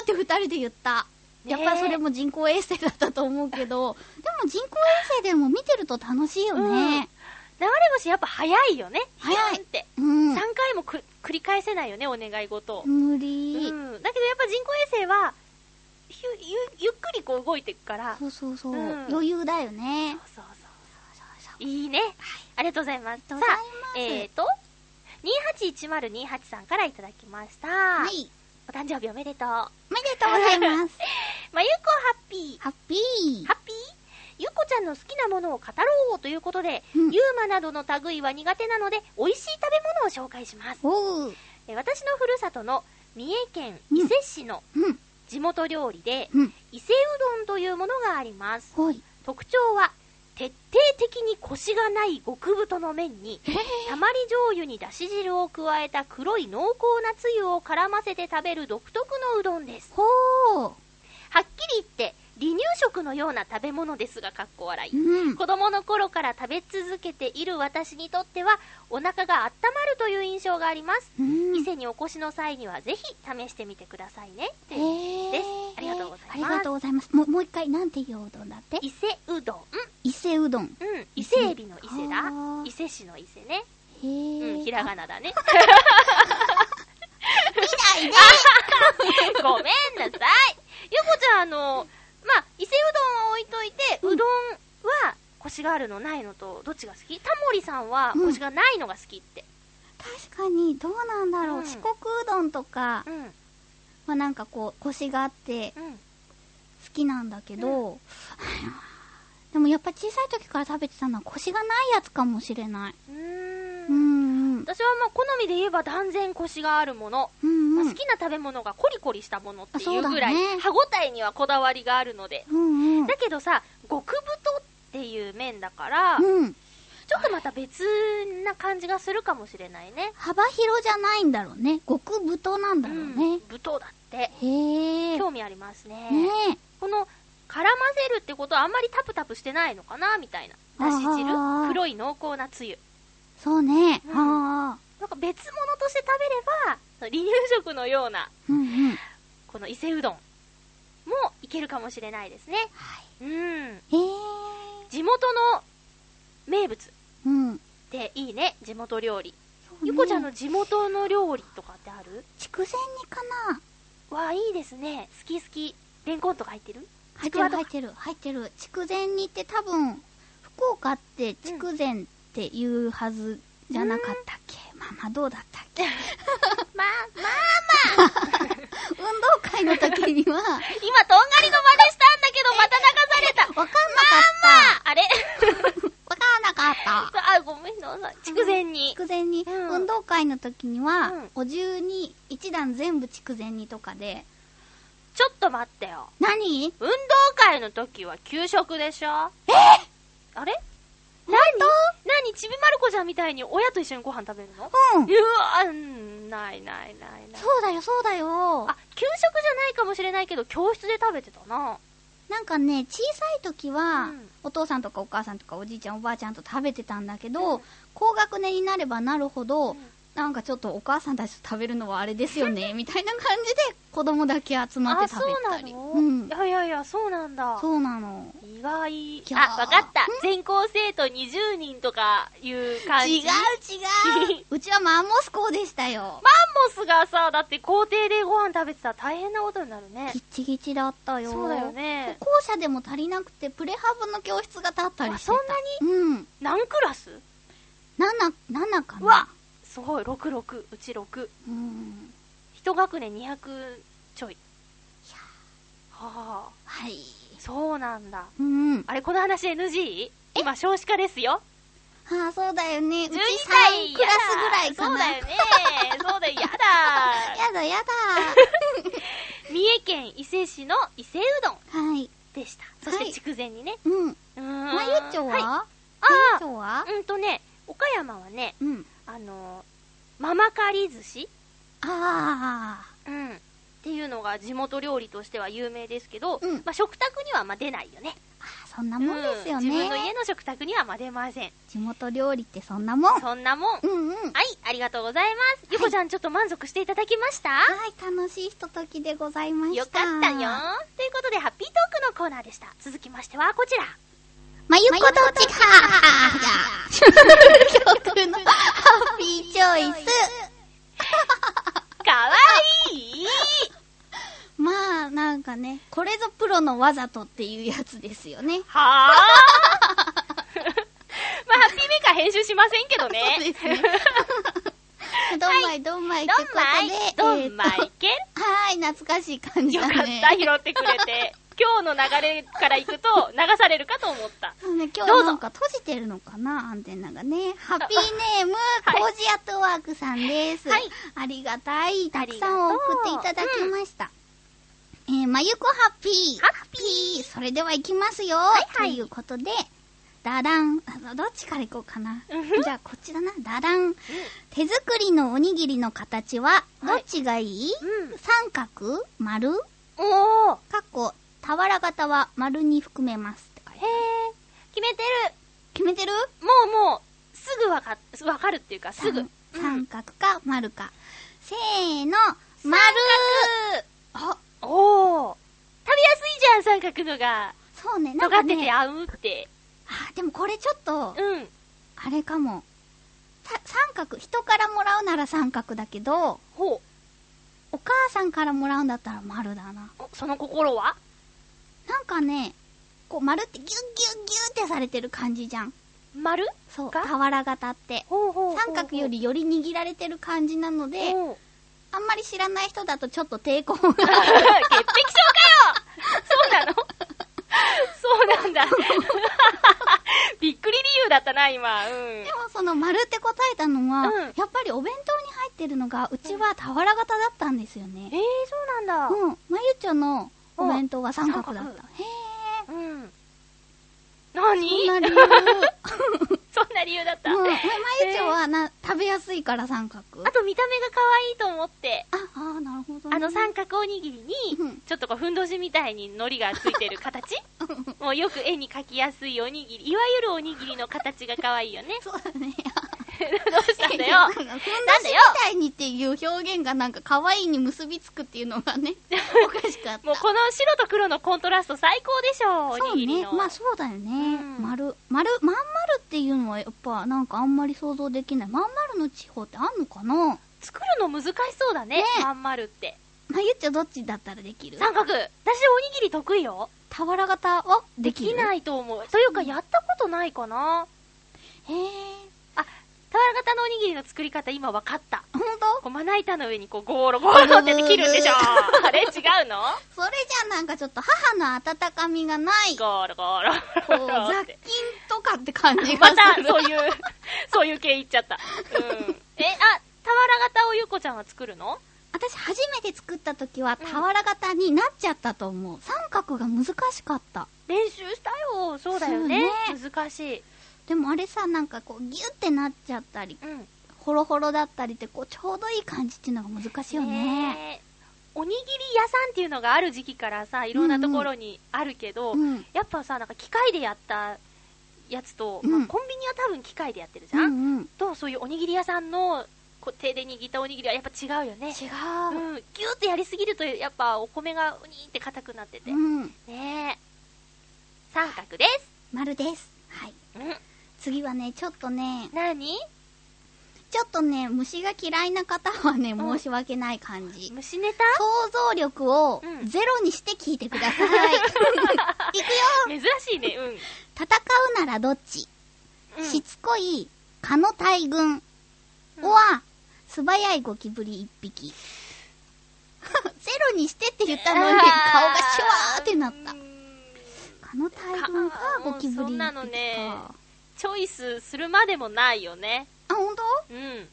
Speaker 1: ーって二人で言った。
Speaker 3: ね
Speaker 1: やっぱりそれも人工衛星だったと思うけど、でも人工衛星でも見てると楽しいよね。
Speaker 3: 流れ星やっぱ早いよね。
Speaker 1: 早い
Speaker 3: ヒュンって。
Speaker 1: うん。
Speaker 3: 3回もく繰り返せないよね、お願い事を。
Speaker 1: 無
Speaker 3: うん、だ
Speaker 1: 理
Speaker 3: け、どやっぱ人工衛星はひゅゆゆっくりこう動いていくから、そう
Speaker 1: そうそうそう、
Speaker 3: うん
Speaker 1: 余裕だよね。
Speaker 3: そうそう。いいね。ありがとうございます。
Speaker 1: ありがとうございます
Speaker 3: えーと、281028さんからいただきました。
Speaker 1: はい。
Speaker 3: お誕生日おめでとう。ま
Speaker 1: おめでとうございます。
Speaker 3: ゆこハッピー。
Speaker 1: ハッピー。
Speaker 3: ハッピーゆっこちゃんの好きなものを語ろうということで、
Speaker 1: うん
Speaker 3: ユーマなどの類は苦手なので、美味しい食べ物を紹介します。
Speaker 1: おう。
Speaker 3: え私のふるさとの三重県
Speaker 1: うん
Speaker 3: 伊勢市の
Speaker 1: うん。
Speaker 3: 地元料理で、
Speaker 1: うん。
Speaker 3: 伊勢うどんというものがあります。
Speaker 1: ほい。
Speaker 3: 特徴は、徹底的にコシがない極太の麺に、たまり醤油にだし汁を加えた黒い濃厚なつゆを絡ませて食べる独特のうどんです。
Speaker 1: ほー。
Speaker 3: はっきり言って、離乳食のような食べ物ですが、かっこ笑い。
Speaker 1: うん。
Speaker 3: 子供の頃から食べ続けている私にとっては、お腹が温まるという印象があります。
Speaker 1: うん。
Speaker 3: 店にお越しの際にはぜひ試してみてくださいねって
Speaker 1: へ
Speaker 3: いう
Speaker 1: ー
Speaker 3: ですありがとうございます
Speaker 1: ありがとうございます。もう、もう一回、なんていううどんだって
Speaker 3: 伊勢うどん、
Speaker 1: 伊勢うどん。
Speaker 3: うん、伊勢エビの伊勢
Speaker 1: あ
Speaker 3: だ
Speaker 1: ー
Speaker 3: 伊勢市の伊勢ね、
Speaker 1: へー
Speaker 3: うん、ひらがなだね
Speaker 1: ないね。
Speaker 3: ごめんなさいゆこちゃんあのまあ伊勢うどんは置いといて、うどんはコシがあるのないのとどっちが好きタモリさんはコシがないのが好きって
Speaker 1: 確かに、どうなんだろ
Speaker 3: う
Speaker 1: う。
Speaker 3: ん
Speaker 1: 四国うどんとか
Speaker 3: うんうん
Speaker 1: はなんかこう、コシがあって好きなんだけど、でもやっぱ小さい時から食べてたのはコシがないやつかもしれない。
Speaker 3: うーん
Speaker 1: うんうん。
Speaker 3: 私はまあ好みで言えば断然コシがあるもの
Speaker 1: うん
Speaker 3: まあ
Speaker 1: うん
Speaker 3: 好。きな食べ物がコリコリしたものってい
Speaker 1: あそう
Speaker 3: う
Speaker 1: だね
Speaker 3: ぐらい、歯ごたえにはこだわりがあるので、
Speaker 1: うんうん
Speaker 3: だ。けどさ極太っていう麺だから、ちょ
Speaker 1: うん。
Speaker 3: っとまた別な感じがするかもしれないね
Speaker 1: 幅広じゃないんだろうね。極太なんだろう
Speaker 3: うん
Speaker 1: ね。
Speaker 3: 太だって
Speaker 1: へえ。
Speaker 3: 興味ありますね
Speaker 1: ねえ。
Speaker 3: この絡ませるってことはあんまりタプタプしてないのかなみたいなだし汁
Speaker 1: あー
Speaker 3: 黒い濃厚なつゆ
Speaker 1: そうね。
Speaker 3: うん
Speaker 1: ああ。
Speaker 3: なんか別物として食べれば離乳食のような
Speaker 1: うんうん。
Speaker 3: この伊勢うどんもいけるかもしれないですね
Speaker 1: は
Speaker 3: う
Speaker 1: い。
Speaker 3: ん
Speaker 1: へえ。
Speaker 3: 地元の名物っ
Speaker 1: うん。
Speaker 3: ていいね地元料理ゆこちゃんの地元の料理とかってある
Speaker 1: 筑前煮かな
Speaker 3: わあいいですね好き好きレンコンとか入ってる
Speaker 1: 入
Speaker 3: ち
Speaker 1: って
Speaker 3: く
Speaker 1: る
Speaker 3: わと
Speaker 1: 入ってる入ってる筑前煮って多分福岡って筑前って言うはずじゃなかったっけ、まあまあどうだったっけ
Speaker 3: まあまあ
Speaker 1: 運動会の
Speaker 3: 今とん
Speaker 1: 時には
Speaker 3: がりの真似したんだけどまた流された
Speaker 1: わかんなかっ
Speaker 3: あれ
Speaker 1: たわかんなかっ た
Speaker 3: あごめんなさい筑前煮
Speaker 1: 筑前煮、
Speaker 3: うん
Speaker 1: 運動会の時には、
Speaker 3: うん
Speaker 1: お重に一段全部筑前煮とかで
Speaker 3: ちょっと待ってよ
Speaker 1: 何
Speaker 3: 運動会の時は給食でしょえあれ何何ちびまる子ちゃんみたいに親と一緒にご飯食べるの
Speaker 1: うん
Speaker 3: うわうんないないないない
Speaker 1: そうだよそうだよ
Speaker 3: あ給食じゃないかもしれないけど教室で食べてたな
Speaker 1: なんかね小さい時は、
Speaker 3: うん
Speaker 1: お父さんとかお母さんとかおじいちゃんおばあちゃんと食べてたんだけど、
Speaker 3: うん
Speaker 1: 高学年になればなるほど、
Speaker 3: うん
Speaker 1: なんかちょっとお母さんたちと食べるのはあれですよねみたいな感じで子供だけ集まって
Speaker 3: あそ
Speaker 1: 食べ
Speaker 3: う
Speaker 1: た
Speaker 3: な
Speaker 1: り
Speaker 3: の、
Speaker 1: うん
Speaker 3: い、やいやいやそうなんだ
Speaker 1: そうなの
Speaker 3: 意外
Speaker 1: やー
Speaker 3: あわかった全校生徒20人とかいう感じ
Speaker 1: 違う違う うちはマンモス校でしたよ、
Speaker 3: マンモスがさだって校庭でご飯食べてたら大変なことになるね
Speaker 1: ギッチギチだったよ
Speaker 3: そうだよね
Speaker 1: 校舎でも足りなくてプレハブの教室が立ったりしてた
Speaker 3: あそ
Speaker 1: んなにうん
Speaker 3: 何クラス
Speaker 1: 7, 7かな
Speaker 3: うわすごい66うち6
Speaker 1: うん
Speaker 3: 一学年200ちょいはあ
Speaker 1: はい
Speaker 3: そうなんだ
Speaker 1: うん
Speaker 3: あれこの話 NG? 今少子化ですよ
Speaker 1: ああ、そうだよね。うち
Speaker 3: 12
Speaker 1: 3
Speaker 3: 歳
Speaker 1: クラスぐらいかな。
Speaker 3: やだそうだよねそうだよやだ
Speaker 1: やだや
Speaker 3: 三重県伊勢市の伊勢うどん
Speaker 1: だ。はい。
Speaker 3: でしたそし
Speaker 1: は
Speaker 3: て
Speaker 1: い
Speaker 3: 筑前にね、
Speaker 1: うん。
Speaker 3: うーん
Speaker 1: まゆちょ
Speaker 3: はい、あ
Speaker 1: はまゆ
Speaker 3: あ
Speaker 1: ちょは
Speaker 3: うんとね岡山はね
Speaker 1: うん。
Speaker 3: あのーママカリ寿司、
Speaker 1: あ
Speaker 3: う
Speaker 1: あ。
Speaker 3: ん、っていうのが地元料理としては有名ですけど、
Speaker 1: うん
Speaker 3: まあ、食卓にはまあ出ないよね
Speaker 1: ああ、そんなもんですよね。
Speaker 3: うん自分の家の食卓にはまあ出ません
Speaker 1: 地元料理ってそんなもん。
Speaker 3: そんなもんはい
Speaker 1: うんうん。はい、
Speaker 3: ありがとうございますゆこちゃんちょっと満足していただきました、
Speaker 1: 楽しいひとときでございました。
Speaker 3: よかったよ。ということで、ハッピートークのコーナーでした。続きましては、こちら。
Speaker 1: まゆことちか曲のハッピーチョイス。
Speaker 3: かわいい
Speaker 1: まあ、なんかね、これぞプロのわざとっていうやつです よね。
Speaker 3: はあまあ、ハッピーメーカー編集しませんけどね。
Speaker 1: そうです ねどんまいどんまいっ
Speaker 3: ど
Speaker 1: てこ
Speaker 3: んまい、
Speaker 1: と
Speaker 3: ど
Speaker 1: で、
Speaker 3: んま
Speaker 1: えー
Speaker 3: い
Speaker 1: と
Speaker 3: けん
Speaker 1: はーい、懐かしい感じ
Speaker 3: よ
Speaker 1: だ
Speaker 3: か
Speaker 1: ね。
Speaker 3: った、拾ってくれて。今日の流れから行くと、流されるかと思った。
Speaker 1: そうね、今日
Speaker 3: どうぞ
Speaker 1: なんか閉じてるのかなアンテナがね。ハッピーネーム、
Speaker 3: はい
Speaker 1: コージアットワークさんです。
Speaker 3: はい
Speaker 1: ありがたい。たくさ
Speaker 3: あ
Speaker 1: ん送
Speaker 3: りがとう
Speaker 1: っていただきました。えー、まゆこハッピー。
Speaker 3: ハッピ
Speaker 1: ー。それでは行きますよ。
Speaker 3: はい
Speaker 1: ということで、ダダン。あどっちから行こうかな。じゃあ、こっちだな。ダダン。手作りのおにぎりの形は、どっちがいい、
Speaker 3: うん。
Speaker 1: 三角丸
Speaker 3: おー。
Speaker 1: かっこ、俵型は丸に含めますって書いて
Speaker 3: へえ。決めて
Speaker 1: 決めてる
Speaker 3: る。もうもう、すぐわか、わかるっていうか、すぐ。うん
Speaker 1: 三三角か丸か。せーの、丸あ、
Speaker 3: おー。食べやすいじゃん、三角のが。
Speaker 1: そうね、な
Speaker 3: 尖
Speaker 1: んか
Speaker 3: ってて
Speaker 1: ね、あ、
Speaker 3: 合うって。
Speaker 1: でもこれちょっと、
Speaker 3: うん。
Speaker 1: あれかも。さ三角、人からもらうなら三角だけど、
Speaker 3: ほ
Speaker 1: お母さんからもらうんだったら丸だな。
Speaker 3: う。おその心は
Speaker 1: なんかね、こう丸ってギュッギュッギュッってされてる感じじゃん。
Speaker 3: 丸
Speaker 1: そう、
Speaker 3: か
Speaker 1: 俵型って。
Speaker 3: ほうほ
Speaker 1: 三角よりより握られてる感じなので、
Speaker 3: ほう
Speaker 1: あんまり知らない人だとちょっと抵抗が。
Speaker 3: 潔癖症かよそうなのそうなんだ。 びっくり理由だったな、今。うん
Speaker 1: で。もその丸って答えたのは、
Speaker 3: うん
Speaker 1: やっぱりお弁当に入ってるのが、うちは俵型だったんですよ
Speaker 3: えー、
Speaker 1: ね。
Speaker 3: そうなんだ。
Speaker 1: うん。まゆちょのお弁当は三角だった。へ
Speaker 3: 三角
Speaker 1: え。
Speaker 3: うん。何
Speaker 1: そんな理由。
Speaker 3: そんな理由だった。
Speaker 1: うん。ままゆちょはな、食べやすいから三角。
Speaker 3: あと見た目が可愛いと思って、
Speaker 1: あ、あーなるほど、ね。
Speaker 3: あの三角おにぎり
Speaker 1: う
Speaker 3: に
Speaker 1: ん、
Speaker 3: ちょっとこう、ふんどしみたいに海苔がついてる形もうよく絵に描きやすいおにぎり、いわゆるおにぎりの形が可愛い よね。
Speaker 1: そうだね。
Speaker 3: どうしたんだよ
Speaker 1: なん。かふんどしみたいにっていう表現がなんか可愛いに結びつくっていうのがね、おかしかった。
Speaker 3: もうこの白と黒のコントラスト最高でしょ、お
Speaker 1: そう
Speaker 3: にぎり
Speaker 1: ね
Speaker 3: の。。
Speaker 1: まあそうだよね。
Speaker 3: うん
Speaker 1: 丸る、丸、まん丸っていうのはやっぱなんかあんまり想像できない。まん丸の地方ってあんのかな
Speaker 3: 作るの難しそうだね
Speaker 1: ね
Speaker 3: まん丸って
Speaker 1: まゆっちょどっちだったらできる
Speaker 3: 三角私おにぎり得意よ
Speaker 1: 俵型はできるい。
Speaker 3: ないと思うというかやったことないかな
Speaker 1: へえ。
Speaker 3: 俵型のおにぎりの作り方今わかった
Speaker 1: ほん
Speaker 3: こうまな板の上にこうゴーロゴーロってやって切るん でしょあれ違うの
Speaker 1: それじゃなんかちょっと母の温かみがない、こ
Speaker 3: ゴーロゴーロ
Speaker 1: う、雑菌とかって感じ
Speaker 3: ま
Speaker 1: が
Speaker 3: すた
Speaker 1: る。
Speaker 3: そういう そういう系いっちゃったうんえあ俵型をゆうこちゃんは作るの
Speaker 1: 私初めて作った時は俵型になっちゃったと思う。三角が難しかった。
Speaker 3: 練習したよそうだよね
Speaker 1: そう
Speaker 3: 難しい
Speaker 1: でもあれさ、なんかこう、ギュってなっちゃったり、
Speaker 3: うん
Speaker 1: ホロホロだったりって、こう、ちょうどいい感じっていうのが難しいよね。
Speaker 3: ねおにぎり屋さんっていうのがある時期からさいろんなところにあるけど、
Speaker 1: うん。
Speaker 3: やっぱさなんか機械でやったやつと、
Speaker 1: うん
Speaker 3: まあコンビニは多分機械でやってるじ
Speaker 1: う
Speaker 3: ゃん、
Speaker 1: んうん。
Speaker 3: とそういうおにぎり屋さんのこう手で握ったおにぎりはやっぱ違うよね
Speaker 1: 違
Speaker 3: うんギューってやりすぎるとやっぱお米がうにーって硬くなってて、
Speaker 1: う。うん。
Speaker 3: ねえ三角です
Speaker 1: 丸です。はい。
Speaker 3: うん
Speaker 1: 次はね、ちょっとね、
Speaker 3: 何
Speaker 1: ちょっとね、虫が嫌いな方はね、
Speaker 3: うん
Speaker 1: 申し訳ない感じ。
Speaker 3: 虫ネタ
Speaker 1: 想像力を
Speaker 3: うん
Speaker 1: ゼロにして聞いてくだ さい。いくよ
Speaker 3: 珍しいねうん
Speaker 1: 戦うならどっち、
Speaker 3: うん
Speaker 1: しつこい蚊の大群、
Speaker 3: うん
Speaker 1: おは素早いゴキブリ一匹。 ゼロにしてって言ったのに
Speaker 3: あー
Speaker 1: 顔がシュワーってなっ
Speaker 3: う
Speaker 1: た。
Speaker 3: ん
Speaker 1: 蚊の大群か
Speaker 3: か
Speaker 1: ゴキブリ
Speaker 3: もうそん
Speaker 1: 一匹か。
Speaker 3: なのねチョイスするまでもないよね
Speaker 1: あ、ほんと
Speaker 3: うん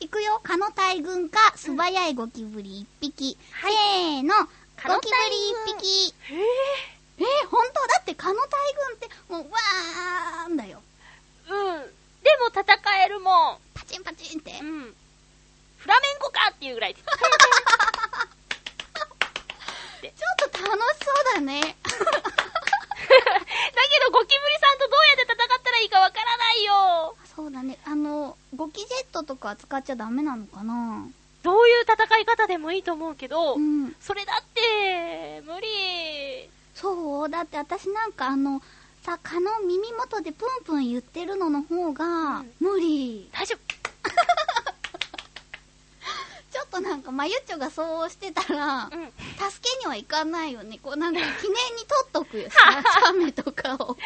Speaker 1: いくよ。蚊の大群か素早いゴキブリ一匹。
Speaker 3: はい
Speaker 1: せーの。
Speaker 3: 蚊の大群
Speaker 1: ゴキブリ一匹。えー、本当だって蚊の大群ってもうわーんだよ。
Speaker 3: うんでも戦えるもん
Speaker 1: パチンパチンって。
Speaker 3: うんフラメンコかっていうぐら い
Speaker 1: ちょっと楽しそうだね。
Speaker 3: だけどゴキブリさんとどうやって戦ったらいいかわからないよ
Speaker 1: そうだね。あの、ゴキジェットとか使っちゃダメなのかな
Speaker 3: どういう戦い方でもいいと思うけど、
Speaker 1: うん。
Speaker 3: それだって無理
Speaker 1: そうだって私なんかあの、さ、蚊の耳元でプンプン言ってるのの方が
Speaker 3: うん、
Speaker 1: 無理。
Speaker 3: 大丈夫
Speaker 1: ちょっとなんか、まゆっちょがそうしてたら、
Speaker 3: うん
Speaker 1: 助けにはいかないよね。こうなんか、記念に撮っと くよ。写メとかを。
Speaker 3: 動画に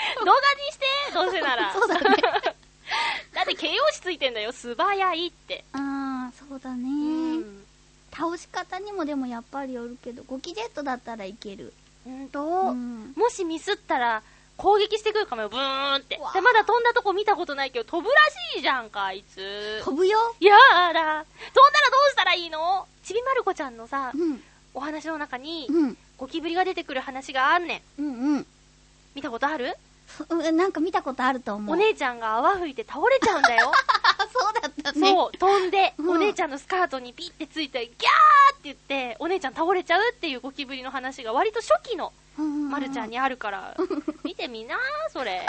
Speaker 3: してどうせなら
Speaker 1: そう だね。
Speaker 3: だって形容詞ついてんだよ素早いって
Speaker 1: あー、そうだね。
Speaker 3: うん
Speaker 1: 倒し方にもでもやっぱりよるけど、ゴキジェットだったらいける。
Speaker 3: うん
Speaker 1: う
Speaker 3: と、
Speaker 1: ん。
Speaker 3: もしミスったら、攻撃してくるかもよ、ブーンって
Speaker 1: うわ。ー
Speaker 3: で、まだ飛んだとこ見たことないけど、飛ぶらしいじゃんか、あいつ。
Speaker 1: 飛ぶよ。
Speaker 3: やだ。飛んだらどうしたらいいのちびまる子ちゃんのさ、
Speaker 1: うん。
Speaker 3: お話の中に、
Speaker 1: うん。
Speaker 3: ゴキブリが出てくる話があんねん。
Speaker 1: うんうん。
Speaker 3: 見たことある
Speaker 1: そうんなんか見たことあると思う。
Speaker 3: お姉ちゃんが泡吹いて倒れちゃうんだよ。
Speaker 1: あ、そうだった ね。
Speaker 3: そう、飛んで、
Speaker 1: うん
Speaker 3: お姉ちゃんのスカートにピッてついて、ギャーって言って、お姉ちゃん倒れちゃうっていうゴキブリの話が割と初期の
Speaker 1: うん。
Speaker 3: まるちゃん
Speaker 1: に。
Speaker 3: にあるから、見てみなそ れ。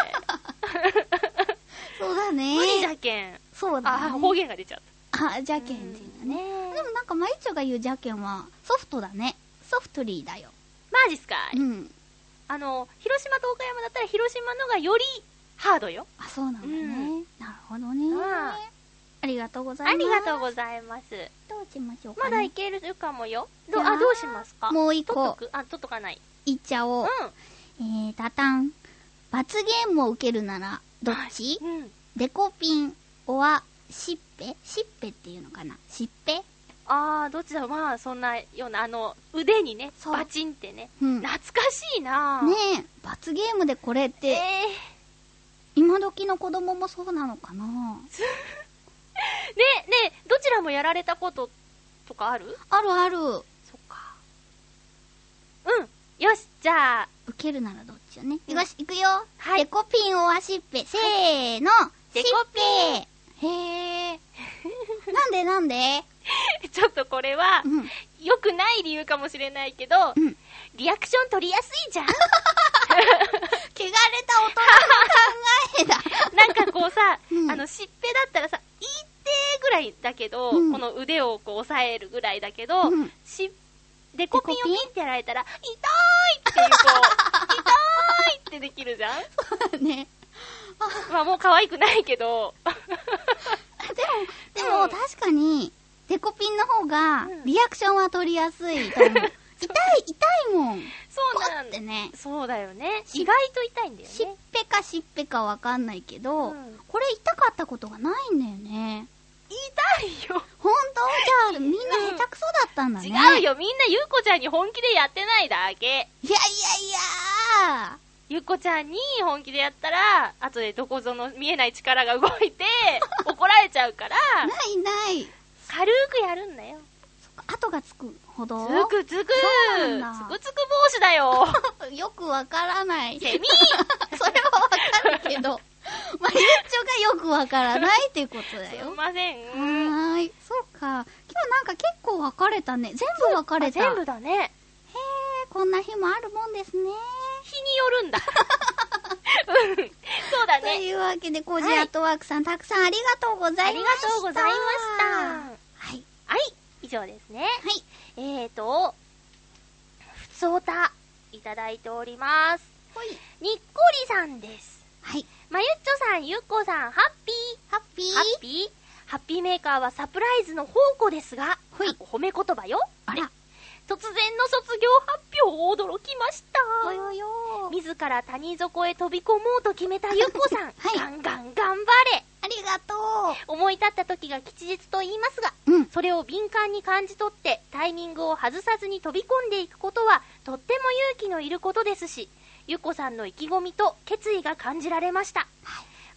Speaker 1: そうだね。
Speaker 3: 無理じゃけん。
Speaker 1: そうだ
Speaker 3: あ、
Speaker 1: ね。
Speaker 3: 方言が出ちゃった。
Speaker 1: あ、じゃけんっていうのね。でもなんか、まゆちょが言うじゃけんは、ソフトだね。ソフトリーだよ。
Speaker 3: マジっすか、
Speaker 1: うん。
Speaker 3: あの、広島と岡山だったら広島のがよりハードよ。
Speaker 1: あ、そうなんだね。
Speaker 3: うん
Speaker 1: なるほどね
Speaker 3: うん。
Speaker 1: ありがとうござ
Speaker 3: あ
Speaker 1: いま
Speaker 3: り
Speaker 1: す。
Speaker 3: がとうございます。
Speaker 1: どうしましょうか
Speaker 3: ま
Speaker 1: ね。
Speaker 3: だいけるかもよ。ど
Speaker 1: いうやー
Speaker 3: あ、どうしますか
Speaker 1: もう一
Speaker 3: 取っと
Speaker 1: 個、
Speaker 3: くあ、取っとかない。
Speaker 1: いっちゃおう。
Speaker 3: う
Speaker 1: えー、たたん。罰ゲームを受けるなら、どっち
Speaker 3: ん。うん。
Speaker 1: デコピン、おわ、しっぺしっぺっていうのかなしっぺ
Speaker 3: あー、どっちだろうまあ、そんなような、あの、腕にね、
Speaker 1: そう
Speaker 3: バチンってね。
Speaker 1: うん。ね
Speaker 3: 懐かしいなぁ。
Speaker 1: え、罰ゲームでこれ
Speaker 3: え
Speaker 1: って、今時の子供もそうなのか
Speaker 3: ー、
Speaker 1: な
Speaker 3: ね、ね、どちらもやられたこととかある
Speaker 1: あるある。
Speaker 3: そっか。うん。よし、じゃあ、
Speaker 1: 受けるならどっちよね。
Speaker 3: うん
Speaker 1: よし、行くよ。
Speaker 3: はい
Speaker 1: デコピンオアシッペ。せーの。
Speaker 3: デコピ
Speaker 1: ン。へえ。なんでなんで
Speaker 3: ちょっとこれは
Speaker 1: う、ん。
Speaker 3: 良くない理由かもしれないけど、
Speaker 1: うん
Speaker 3: リアクション取りやすいじゃん。
Speaker 1: 汚れた大人の考えだ。
Speaker 3: なんかこうさ、
Speaker 1: うん
Speaker 3: あの、しっぺだったらさ、いってーぐらいだけど、
Speaker 1: うん
Speaker 3: この腕をこう押さえるぐらいだけど、
Speaker 1: うん
Speaker 3: しデコピンを
Speaker 1: デコ
Speaker 3: ピ
Speaker 1: ピン
Speaker 3: ンってやられたら、痛いっていうこう、痛いってできるじゃん
Speaker 1: ね。
Speaker 3: まあもう可愛くないけど。
Speaker 1: でも、
Speaker 3: うん
Speaker 1: 確かに、デコピンの方が
Speaker 3: う、ん
Speaker 1: リアクションは取りやす いと思う。痛い、痛いもん。
Speaker 3: そう
Speaker 1: ポ
Speaker 3: な
Speaker 1: っ
Speaker 3: ん
Speaker 1: て
Speaker 3: だ。
Speaker 1: ね。
Speaker 3: そうだよね。
Speaker 1: し
Speaker 3: 意外と痛いんだよ
Speaker 1: しっ
Speaker 3: ね。
Speaker 1: ぺかしっぺかわかんないけど、
Speaker 3: うん
Speaker 1: これ痛かったことがないんだよね。
Speaker 3: 痛いよ。
Speaker 1: ほんとじゃあ、みんな下手くそだったんだね。
Speaker 3: 違う。よ。みんなゆうこちゃんに本気でやってないだけ。
Speaker 1: いやいやいや
Speaker 3: ゆっこちゃんに本気でやったら、後でどこぞの見えない力が動い て、怒られちゃうから、
Speaker 1: ないない。
Speaker 3: 軽くやるんだよ。
Speaker 1: 後がつくほど。
Speaker 3: つくつく
Speaker 1: そうなんだ
Speaker 3: つくつく帽子だ よ
Speaker 1: よくわからない。
Speaker 3: セミ
Speaker 1: それはわかる けど、まあ、ゆっちょがよくわからないっていうことだ
Speaker 3: すい
Speaker 1: よ。
Speaker 3: ませ
Speaker 1: は
Speaker 3: ん。
Speaker 1: ーい。そうか。今日なんか結構分かれたね。全部分かれた。
Speaker 3: 全部だね。
Speaker 1: へえ、こんな日もあるもんですね。
Speaker 3: 日によ るんだ。うんそうだ
Speaker 1: と
Speaker 3: ね。
Speaker 1: いうわけで、コージ
Speaker 3: はい
Speaker 1: アットワークさん、たくさんありがとうござ
Speaker 3: あ
Speaker 1: い
Speaker 3: り
Speaker 1: ま
Speaker 3: が
Speaker 1: した。
Speaker 3: とうございました。
Speaker 1: はい。
Speaker 3: はい、以上ですね。
Speaker 1: はい。
Speaker 3: えーと、ふつおた、いただいております。
Speaker 1: ほい。
Speaker 3: にっこりさんです。
Speaker 1: はい。
Speaker 3: まゆっちょさん、ゆっこさん、ハッピー。
Speaker 1: ハッピー。
Speaker 3: ハッピーハッピーメーカーはサプライズの宝庫ですが、
Speaker 1: ほい
Speaker 3: かっこ褒め言葉よ。
Speaker 1: あら。
Speaker 3: 突然の卒業発表、驚きました。
Speaker 1: およよー
Speaker 3: 自ら谷底へ飛び込もうと決めたゆっこさん、
Speaker 1: はい
Speaker 3: ガンガン頑張れ
Speaker 1: ありがと
Speaker 3: 思い立った時が吉日と言いますが、
Speaker 1: う。うん。
Speaker 3: それを敏感に感じ取ってタイミングを外さずに飛び込んでいくことはとっても勇気のいることですしゆっこさんの意気込みと決意が感じられました、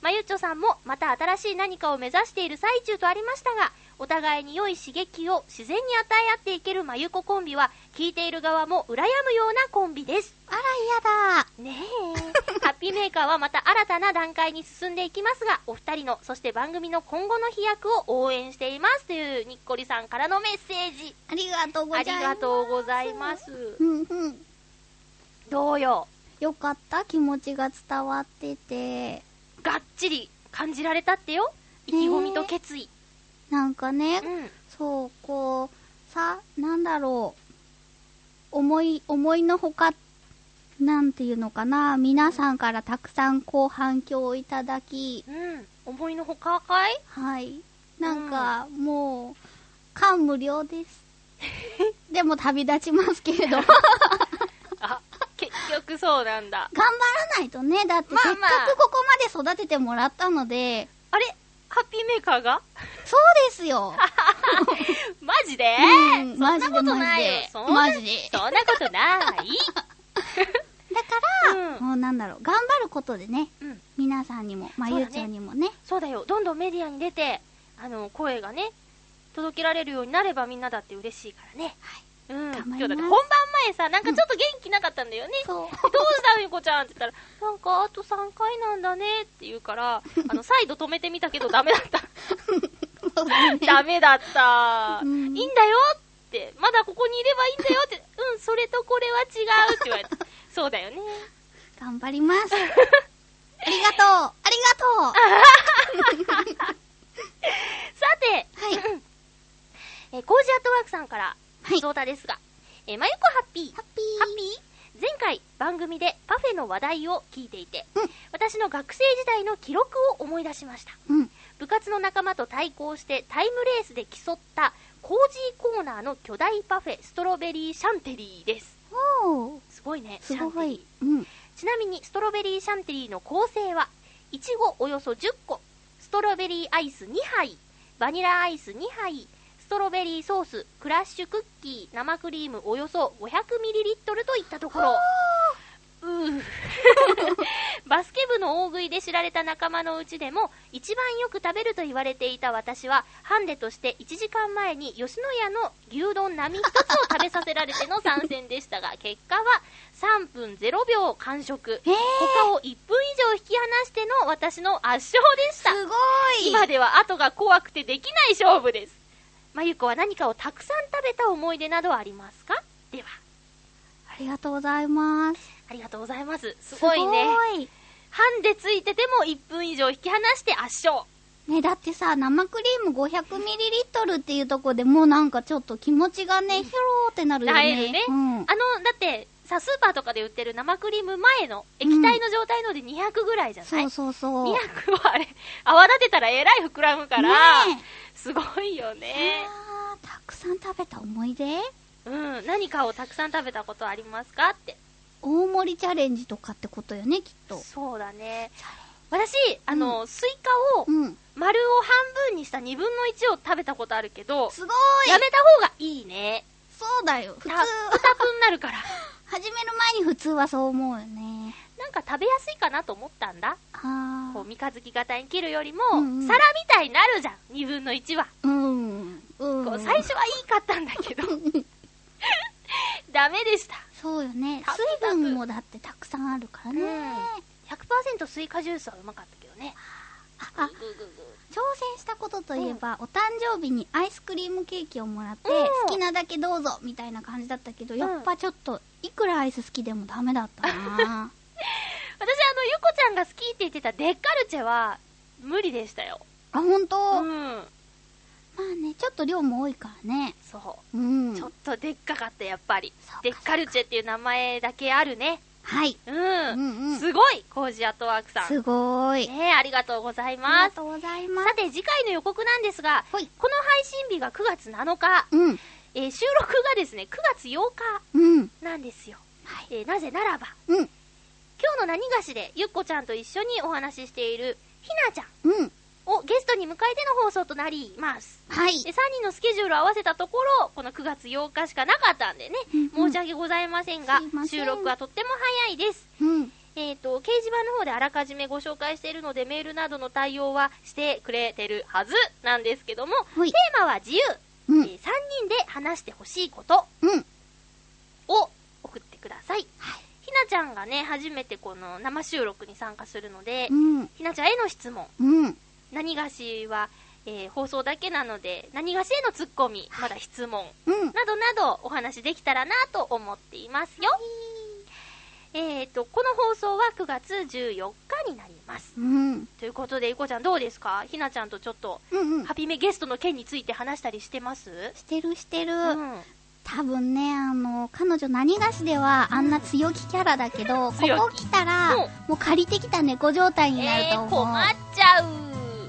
Speaker 3: まゆっちょさんもまた新しい何かを目指している最中とありましたがお互いに良い刺激を自然に与え合っていけるまゆこコンビは聞いている側も羨むようなコンビです
Speaker 1: あら、
Speaker 3: ねえ ハッピーメーカーはまた新たな段階に進んでいきますがお二人のそして番組の今後の飛躍を応援していますというにっこりさんからのメッセージ
Speaker 1: 嫌だ。ありがとうござ
Speaker 3: あ
Speaker 1: い
Speaker 3: りが
Speaker 1: ます。
Speaker 3: とうございます
Speaker 1: うんうん。
Speaker 3: どうよ
Speaker 1: よかった。気持ちが伝わってて。
Speaker 3: がっちり感じられたってよ意気込みと決意、
Speaker 1: なんかね、
Speaker 3: うん
Speaker 1: そう、こう、さ、なんだろう。思い、思いのほか、なんていうのかな、皆さんからたくさんこう反響をいただき、
Speaker 3: うん思いのほかかい
Speaker 1: はい。なんか、もう、感無 量です。でも旅立ちますけれど、頑張
Speaker 3: あ結局そうなんだ
Speaker 1: らないとね、だって
Speaker 3: まあ
Speaker 1: せっか
Speaker 3: まあ
Speaker 1: くここまで育ててもらったので、
Speaker 3: あれハッピーメーカーが
Speaker 1: そうですよ。
Speaker 3: マジで、
Speaker 1: うん
Speaker 3: そんなことないよ
Speaker 1: マジで
Speaker 3: そんな
Speaker 1: マジで
Speaker 3: そんなことない
Speaker 1: だから、
Speaker 3: うん
Speaker 1: もうなんだろう、頑張ることでね、
Speaker 3: うん
Speaker 1: 皆さんにも、まあ、
Speaker 3: そうだ
Speaker 1: ゆ
Speaker 3: ね
Speaker 1: うちゃんにもね、
Speaker 3: そうだよ、どんどんメディアに出て、あの声がね、届けられるようになればみんなだって嬉しいからね。
Speaker 1: はい
Speaker 3: うん、
Speaker 1: 頑張り
Speaker 3: 今
Speaker 1: ます
Speaker 3: 日だって本番前さ、なんかちょっと元気なかったんだよね。
Speaker 1: そう。
Speaker 3: どうしたゆこちゃんって言ったら、なんかあと3回なんだねって言う から、あの、再度止めてみたけどダメだった。
Speaker 1: そうだね
Speaker 3: ダメだった。
Speaker 1: うん
Speaker 3: いいんだよって、まだここにいればいいんだよって、うん、それとこれは違うって言われた。そうだよね。
Speaker 1: 頑張 ります。ありがとうありがと
Speaker 3: さて、
Speaker 1: はい
Speaker 3: うんえー、コージアットワークさんから、
Speaker 1: はい
Speaker 3: ゾータですが、えー、まゆこハッピー
Speaker 1: う。ハッピ
Speaker 3: ハッピー前回番組でパフェの話題を聞いていて、
Speaker 1: うん
Speaker 3: 私の学生時代の記録を思い出しました
Speaker 1: ーうん。
Speaker 3: 部活の仲間と対抗してタイムレースで競ったコージーコーナーの巨大パフェストロベリーシャンテリーです
Speaker 1: おー、
Speaker 3: すごいね
Speaker 1: す
Speaker 3: シャンテ
Speaker 1: ご
Speaker 3: リ
Speaker 1: い。うん。
Speaker 3: ーちなみにストロベリーシャンテリーの構成はいちごおよそ10個ストロベリーアイス2杯バニラアイス2杯ストロベリーソースクラッシュクッキー生クリームおよそ 500ml といったところう ーバスケ部の大食いで知られた仲間のうちでも一番よく食べると言われていた私はハンデとして1時間前に吉野家の牛丼並一つを食べさせられての参戦で したが結果は3分0秒完食
Speaker 1: えー、
Speaker 3: 他を1分以上引き離しての私の圧勝でした
Speaker 1: すごい
Speaker 3: 今では後が怖くてできない勝負ですまゆこは何かをたくさん食べた思い出などありますかでは
Speaker 1: ありがとうございます。
Speaker 3: ありがとうございますすごいね
Speaker 1: すごい
Speaker 3: ハンデついてても1分以上引き離して圧勝
Speaker 1: ね、だってさ、生クリーム 500ml っていうとこでもうなんかちょっと気持ちがね、ひょろーってなるよ
Speaker 3: な
Speaker 1: ね。
Speaker 3: えるね、
Speaker 1: うん
Speaker 3: あのだってさスーパーとかで売ってる生クリーム前の液体の状態ので200ぐらいじゃない、
Speaker 1: そうそうそう。
Speaker 3: 200はあれ泡立てたらえらい膨らむから、
Speaker 1: ね
Speaker 3: すごいよね
Speaker 1: あーたくさん食べた思い出
Speaker 3: うん何かをたくさん食べたことありますかって
Speaker 1: 大盛りチャレンジとかってことよね、きっと。
Speaker 3: そうだね私あの、スイカを
Speaker 1: うん。
Speaker 3: 丸を半分にした2分の1を食べたことあるけど
Speaker 1: すごい
Speaker 3: やめた方がいいね
Speaker 1: そうだよ。普通、
Speaker 3: たプタプになる から
Speaker 1: 始める前に普通はそう思うよね。
Speaker 3: なんか食べやすいかなと思ったんだ
Speaker 1: あ
Speaker 3: こう
Speaker 1: ー。
Speaker 3: 三日月型に切るよりも、
Speaker 1: うんうん
Speaker 3: 皿みたいになるじゃん2分の1は、
Speaker 1: うん。うん。
Speaker 3: こう最初はいいかったんだ けどダメでした
Speaker 1: そうよね。
Speaker 3: たく
Speaker 1: 水分もだってたくさんあるからね。
Speaker 3: うん100%スイカジュースはうまかったけどね
Speaker 1: あ、
Speaker 3: グーグーグー
Speaker 1: 挑戦したことといえば、お誕生日にアイスクリームケーキをもらって、
Speaker 3: うん
Speaker 1: 好きなだけどうぞみたいな感じだったけど、
Speaker 3: ん
Speaker 1: やっぱちょっといくらアイス好きでもダメだった な
Speaker 3: 私あのゆこちゃんが好きって言ってたデッカルチェは無理でしたよ
Speaker 1: あ本当、
Speaker 3: う
Speaker 1: ま
Speaker 3: ん
Speaker 1: あねちょっと量も多いからね
Speaker 3: そうう、
Speaker 1: ん
Speaker 3: ちょっとでっかかったやっぱり
Speaker 1: そうか
Speaker 3: デッカルチェっていう名前だけあるね
Speaker 1: はい
Speaker 3: うん、
Speaker 1: うんうん
Speaker 3: すごいコージアットワークさん
Speaker 1: すごーい、
Speaker 3: ねえありがとうござい
Speaker 1: あ
Speaker 3: ま
Speaker 1: りが
Speaker 3: す
Speaker 1: とうございま
Speaker 3: さて次回の予告なんですが
Speaker 1: すほい
Speaker 3: この配信日が9月7日、
Speaker 1: うん
Speaker 3: えー収録がですね9月8
Speaker 1: うん
Speaker 3: 日なんですよ、
Speaker 1: はい
Speaker 3: えーなぜならば
Speaker 1: うん
Speaker 3: 今日の何がしでゆっこちゃんと一緒にお話ししているひなちゃん
Speaker 1: うん
Speaker 3: をゲストに迎えての放送となります
Speaker 1: はい
Speaker 3: で3人のスケジュールを合わせたところこの9月8日しかなかったんでね、
Speaker 1: うんうん
Speaker 3: 申し訳ございませんが
Speaker 1: すいません
Speaker 3: 収録はとっても早いです
Speaker 1: うん
Speaker 3: えー、と掲示板の方であらかじめご紹介しているのでメールなどの対応はしてくれてるはずなんですけどもテ
Speaker 1: ほい
Speaker 3: ーマは自由、
Speaker 1: うん
Speaker 3: え3人で話してほしいこと
Speaker 1: うん
Speaker 3: を送ってください
Speaker 1: はい
Speaker 3: ひなちゃんがね初めてこの生収録に参加するので、
Speaker 1: うん
Speaker 3: ひなちゃんへの質問
Speaker 1: うん
Speaker 3: 何がしは、えー放送だけなので何がしへのツッコミまだ質問
Speaker 1: うん
Speaker 3: などなどお話できたらなと思っていますよ、えー、とこの放送は9月14日になります
Speaker 1: うん
Speaker 3: ということでゆこちゃんどうですかひなちゃんとちょっと
Speaker 1: うんうん
Speaker 3: ハピメゲストの件について話したりしてます
Speaker 1: してるしてる、
Speaker 3: うん
Speaker 1: 多分ねあの彼女何がしではあんな強気キャラだけどこ
Speaker 3: 強気
Speaker 1: こ来たら、
Speaker 3: うん
Speaker 1: もう借りてきた猫状態になる
Speaker 3: え
Speaker 1: と
Speaker 3: ー、
Speaker 1: 思う、
Speaker 3: 困っちゃう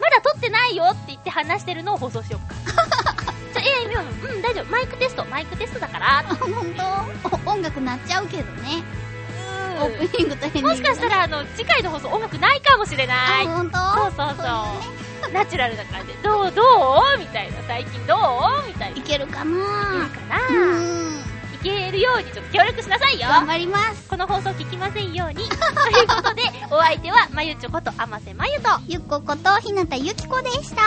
Speaker 3: まだ撮ってないよって言って話してるのを放送しよ うかちょええー、うんうん大丈夫マイクテストマイクテストだから
Speaker 1: 本当音楽鳴っちゃうけどね、オ
Speaker 3: うん
Speaker 1: ープニングとエンディング
Speaker 3: もしかしたらあの次回の放送音楽ないかもしれない
Speaker 1: あ本当
Speaker 3: そうそうそうナチュラルな感じでどうどうみたいな最近どうみたいない
Speaker 1: いけるか
Speaker 3: ける
Speaker 1: な
Speaker 3: か
Speaker 1: う
Speaker 3: な、い
Speaker 1: ん
Speaker 3: けるようにちょっと協力しなさいよ
Speaker 1: 頑張ります
Speaker 3: この放送聞きませんようにということでお相手はまゆちょことあませまゆと
Speaker 1: ゆっこことひなたゆきこでした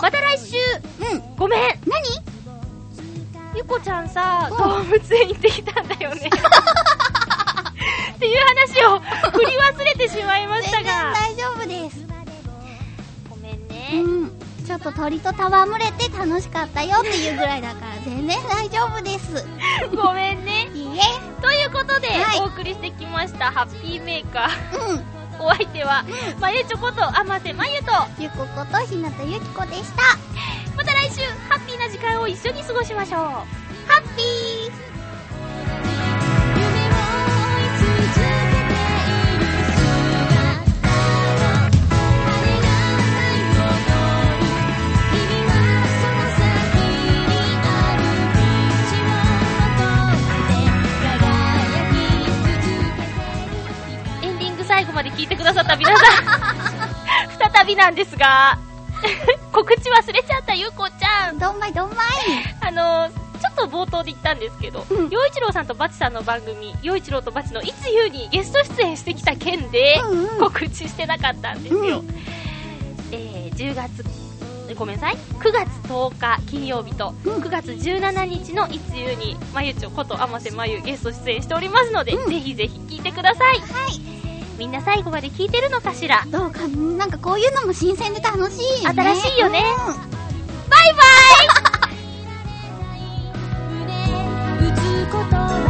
Speaker 3: また来週
Speaker 1: うん
Speaker 3: ごめん
Speaker 1: 何
Speaker 3: ゆこちゃんさ、
Speaker 1: うん
Speaker 3: 動物園行ってきたんだよねっていう話を振り忘れてしまいました
Speaker 1: 全然
Speaker 3: が
Speaker 1: 大丈夫です
Speaker 3: ごめんね、
Speaker 1: うんちょっと鳥と戯れて楽しかったよっていうぐらいだから全然大丈夫です
Speaker 3: ごめんね
Speaker 1: いい
Speaker 3: ということで、
Speaker 1: はい
Speaker 3: お送りしてきましたハッピーメーカー
Speaker 1: えうん
Speaker 3: お相手は、まゆちょことあませまゆと
Speaker 1: ゆこことひなたゆきこでした
Speaker 3: また来週ハッピーな時間を一緒に過ごしましょう
Speaker 1: ハッピー
Speaker 2: 夢を追い続けている姿を羽がない踊り君はその先にある道を求めて輝き続けてる
Speaker 3: エンディング最後まで聞いてくださった皆 さん再びなんですが 告知忘れちゃったゆこちゃん
Speaker 1: どんまいどんまい
Speaker 3: あのーちょっと冒頭で言ったんですけど、
Speaker 1: うん
Speaker 3: 陽一郎さんとバチさんの番組、陽一郎とバチのいつゆにゲスト出演してきた件で、
Speaker 1: うんうん
Speaker 3: 告知してなかったんですよ。
Speaker 1: う
Speaker 3: えー10月、えごめんなさい、9月10日金曜日と、
Speaker 1: うん
Speaker 3: 9月17日のいつゆに、まゆちょことあませまゆゲスト出演しておりますので、
Speaker 1: うん
Speaker 3: ぜひぜひ聞いてください。
Speaker 1: はい
Speaker 3: みんな最後まで聞いてるのかしら
Speaker 1: どうかなんかこういうのも新鮮で楽しいよね
Speaker 3: 新しいよね
Speaker 1: うん
Speaker 3: バイバイ
Speaker 2: 胸打つ言葉